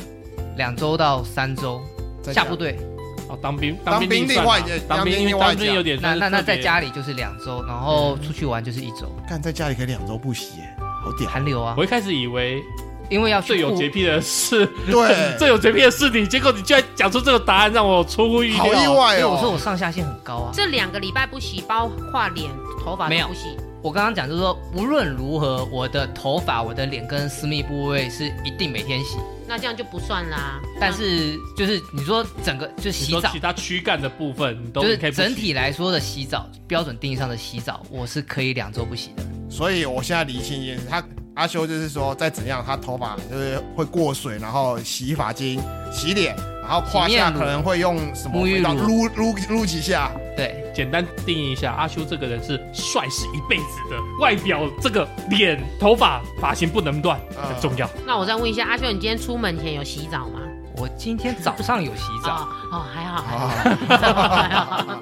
S4: 两周到三周。
S3: 在家
S4: 下部队，
S1: 哦，当兵，
S3: 当
S1: 兵
S3: 兵
S1: 算
S3: 另外
S1: 啦
S3: 讲
S1: 当
S3: 当兵
S1: 因为
S3: 另外
S1: 当兵
S3: 讲
S1: 有点
S4: 那
S1: 算是
S4: 那那
S1: 特别嗯
S4: 在家里就是两周，然后出去玩就是一周。
S3: 看在家里可以两周不洗耶，好屌，
S4: 寒流啊
S1: 我，一开始以为
S4: 因为要去
S1: 最有
S4: 户
S1: 洁癖的是
S3: 对
S1: 最有洁癖的是你，结果你居然讲出这个答案，让我出乎意料。
S3: 好意
S4: 所
S3: 外
S4: 以我说
S3: 哦，
S4: 我上下限很高啊。
S5: 这两个礼拜不洗，包括脸、头发
S4: 没
S5: 都
S4: 有
S5: 不洗。
S4: 我刚刚讲就是说，无论如何，我的头发、我的脸跟私密部位是一定每天洗。
S1: 嗯
S5: 那这样就不算啦。
S4: 但是就是你说整个就是
S1: 你
S4: 洗
S1: 说
S4: 澡
S1: 其，他躯干的部分，你都
S4: 就是
S1: 可以不洗
S4: 整体来说的洗澡标准定义上的洗澡，我是可以两周不洗的。
S3: 所以我现在理清一件事，他阿修就是说，再怎样他头发就是会过水，然后洗发精、洗脸，然后胯
S4: 洗
S3: 下
S4: 面乳
S3: 可能会用什么
S4: 沐浴
S3: 味道
S4: 乳
S3: 撸撸撸几下，
S4: 对，
S1: 简单定义一下，阿修这个人是帅是一辈子的，外表这个脸、头发、发型不能乱，
S3: 啊
S1: 很重要。
S5: 那我再问一下，阿秀，你今天出门前有洗澡吗？
S4: 我今天早上有洗澡，
S5: 哦哦，还好，还好，
S3: 啊，
S5: 还好。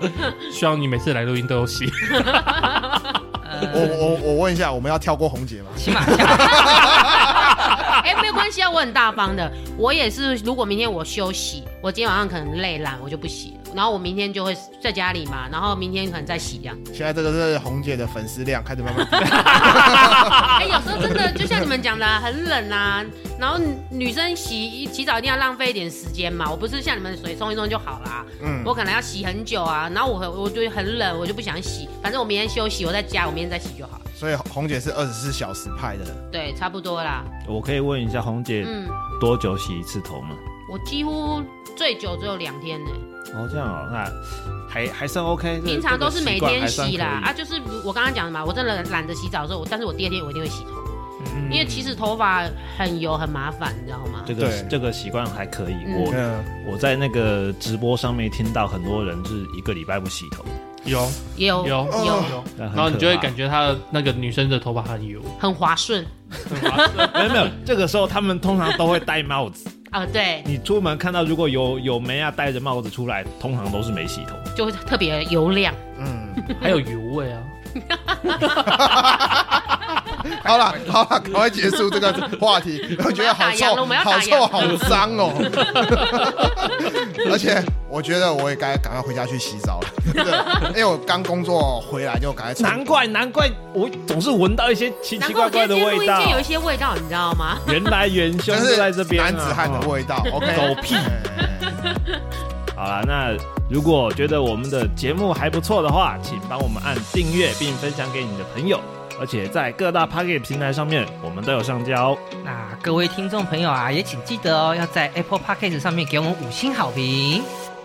S1: 希望你每次来录音都有 洗。啊
S3: 我
S1: 哦
S4: 呃，
S3: 我我问一下，我们要跳过红姐吗？
S4: 起码下
S5: 哎、没有关系啊，我很大方的。我也是，如果明天我休息，我今天晚上可能累懒，我就不洗了。然后我明天就会在家里嘛，然后明天可能再洗这样。
S3: 现在这个是红姐的粉丝量开始慢慢低，
S5: 哎、有时候真的就像你们讲的啊，很冷啊，然后女生洗洗澡一定要浪费一点时间嘛。我不是像你们水冲一冲就好啦，
S3: 嗯
S5: 我可能要洗很久啊。然后我很我就很冷，我就不想洗，反正我明天休息，我在家，我明天再洗就好了。
S3: 所以红姐是二十四小时派的。
S5: 对，差不多啦。
S2: 我可以问一下红姐
S5: 嗯，
S2: 多久洗一次头吗？
S5: 我几乎最久只有两天呢、
S2: 哦，这样哦，那还还算 OK 这个。
S5: 平常都是每天洗啦，啊，
S2: 啊，
S5: 就是我刚刚讲的嘛，我真的懒得洗澡的时候，我但是我第二天我一定会洗头，
S1: 嗯
S5: 因为其实头发很油很麻烦，你知道吗？
S2: 这个
S3: 对
S2: 这个习惯还可以。
S5: 嗯
S2: 我
S3: 嗯，
S2: 我在那个直播上面听到很多人是一个礼拜不洗头，
S1: 有
S5: 也有
S1: 有
S3: 哦
S5: 有
S1: 有，
S2: 那很
S1: 然后你就会
S2: 可怕
S1: 感觉他的那个女生的头发很 油，
S5: 很滑顺
S1: 很滑顺
S2: 没有没有，这个时候他们通常都会戴帽子。
S5: 啊、对，
S2: 你出门看到如果有有梅亚戴着帽子出来，通常都是没洗头。
S5: 就会特别油亮。
S3: 嗯，
S1: 还有油味啊。
S3: 好了好了，赶快结束这个话题。 我觉得好
S5: 我们要
S3: 臭好
S5: 打烊了我们，要打烊
S3: 臭，好脏 哦。而且我觉得我也该赶快回家去洗澡了， 对，因为我刚工作回来就赶快冲。
S2: 难怪难怪我总是闻到一些奇
S5: 难
S2: 奇
S5: 怪
S2: 怪怪的
S5: 我今天录
S2: 味
S5: 音间有
S2: 道
S5: 一。些味道，你知道吗？
S2: 原来元凶
S3: 真
S2: 就在
S3: 是
S2: 这边啊、哦
S3: 男子汉的味道。OK，
S2: 狗屁
S3: 哎。哎哎
S2: 好了，那如果觉得我们的节目还不错的话，请帮我们按订阅并分享给你的朋友。而且在各大 Pocket 平台上面我们都有上架哦。
S4: 那各位听众朋友啊，也请记得哦，要在 Apple Podcast 上面给我们五星好评。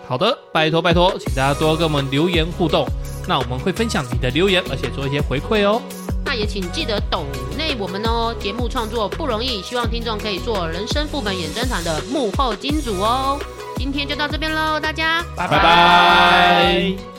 S1: 好的，拜托拜托，请大家多跟我们留言互动，那我们会分享你的留言，而且做一些回馈哦。
S5: 那也请记得抖内我们哦，节目创作不容易，希望听众可以做人生副本演真团的幕后金主哦。今天就到这边喽，大家
S1: 拜拜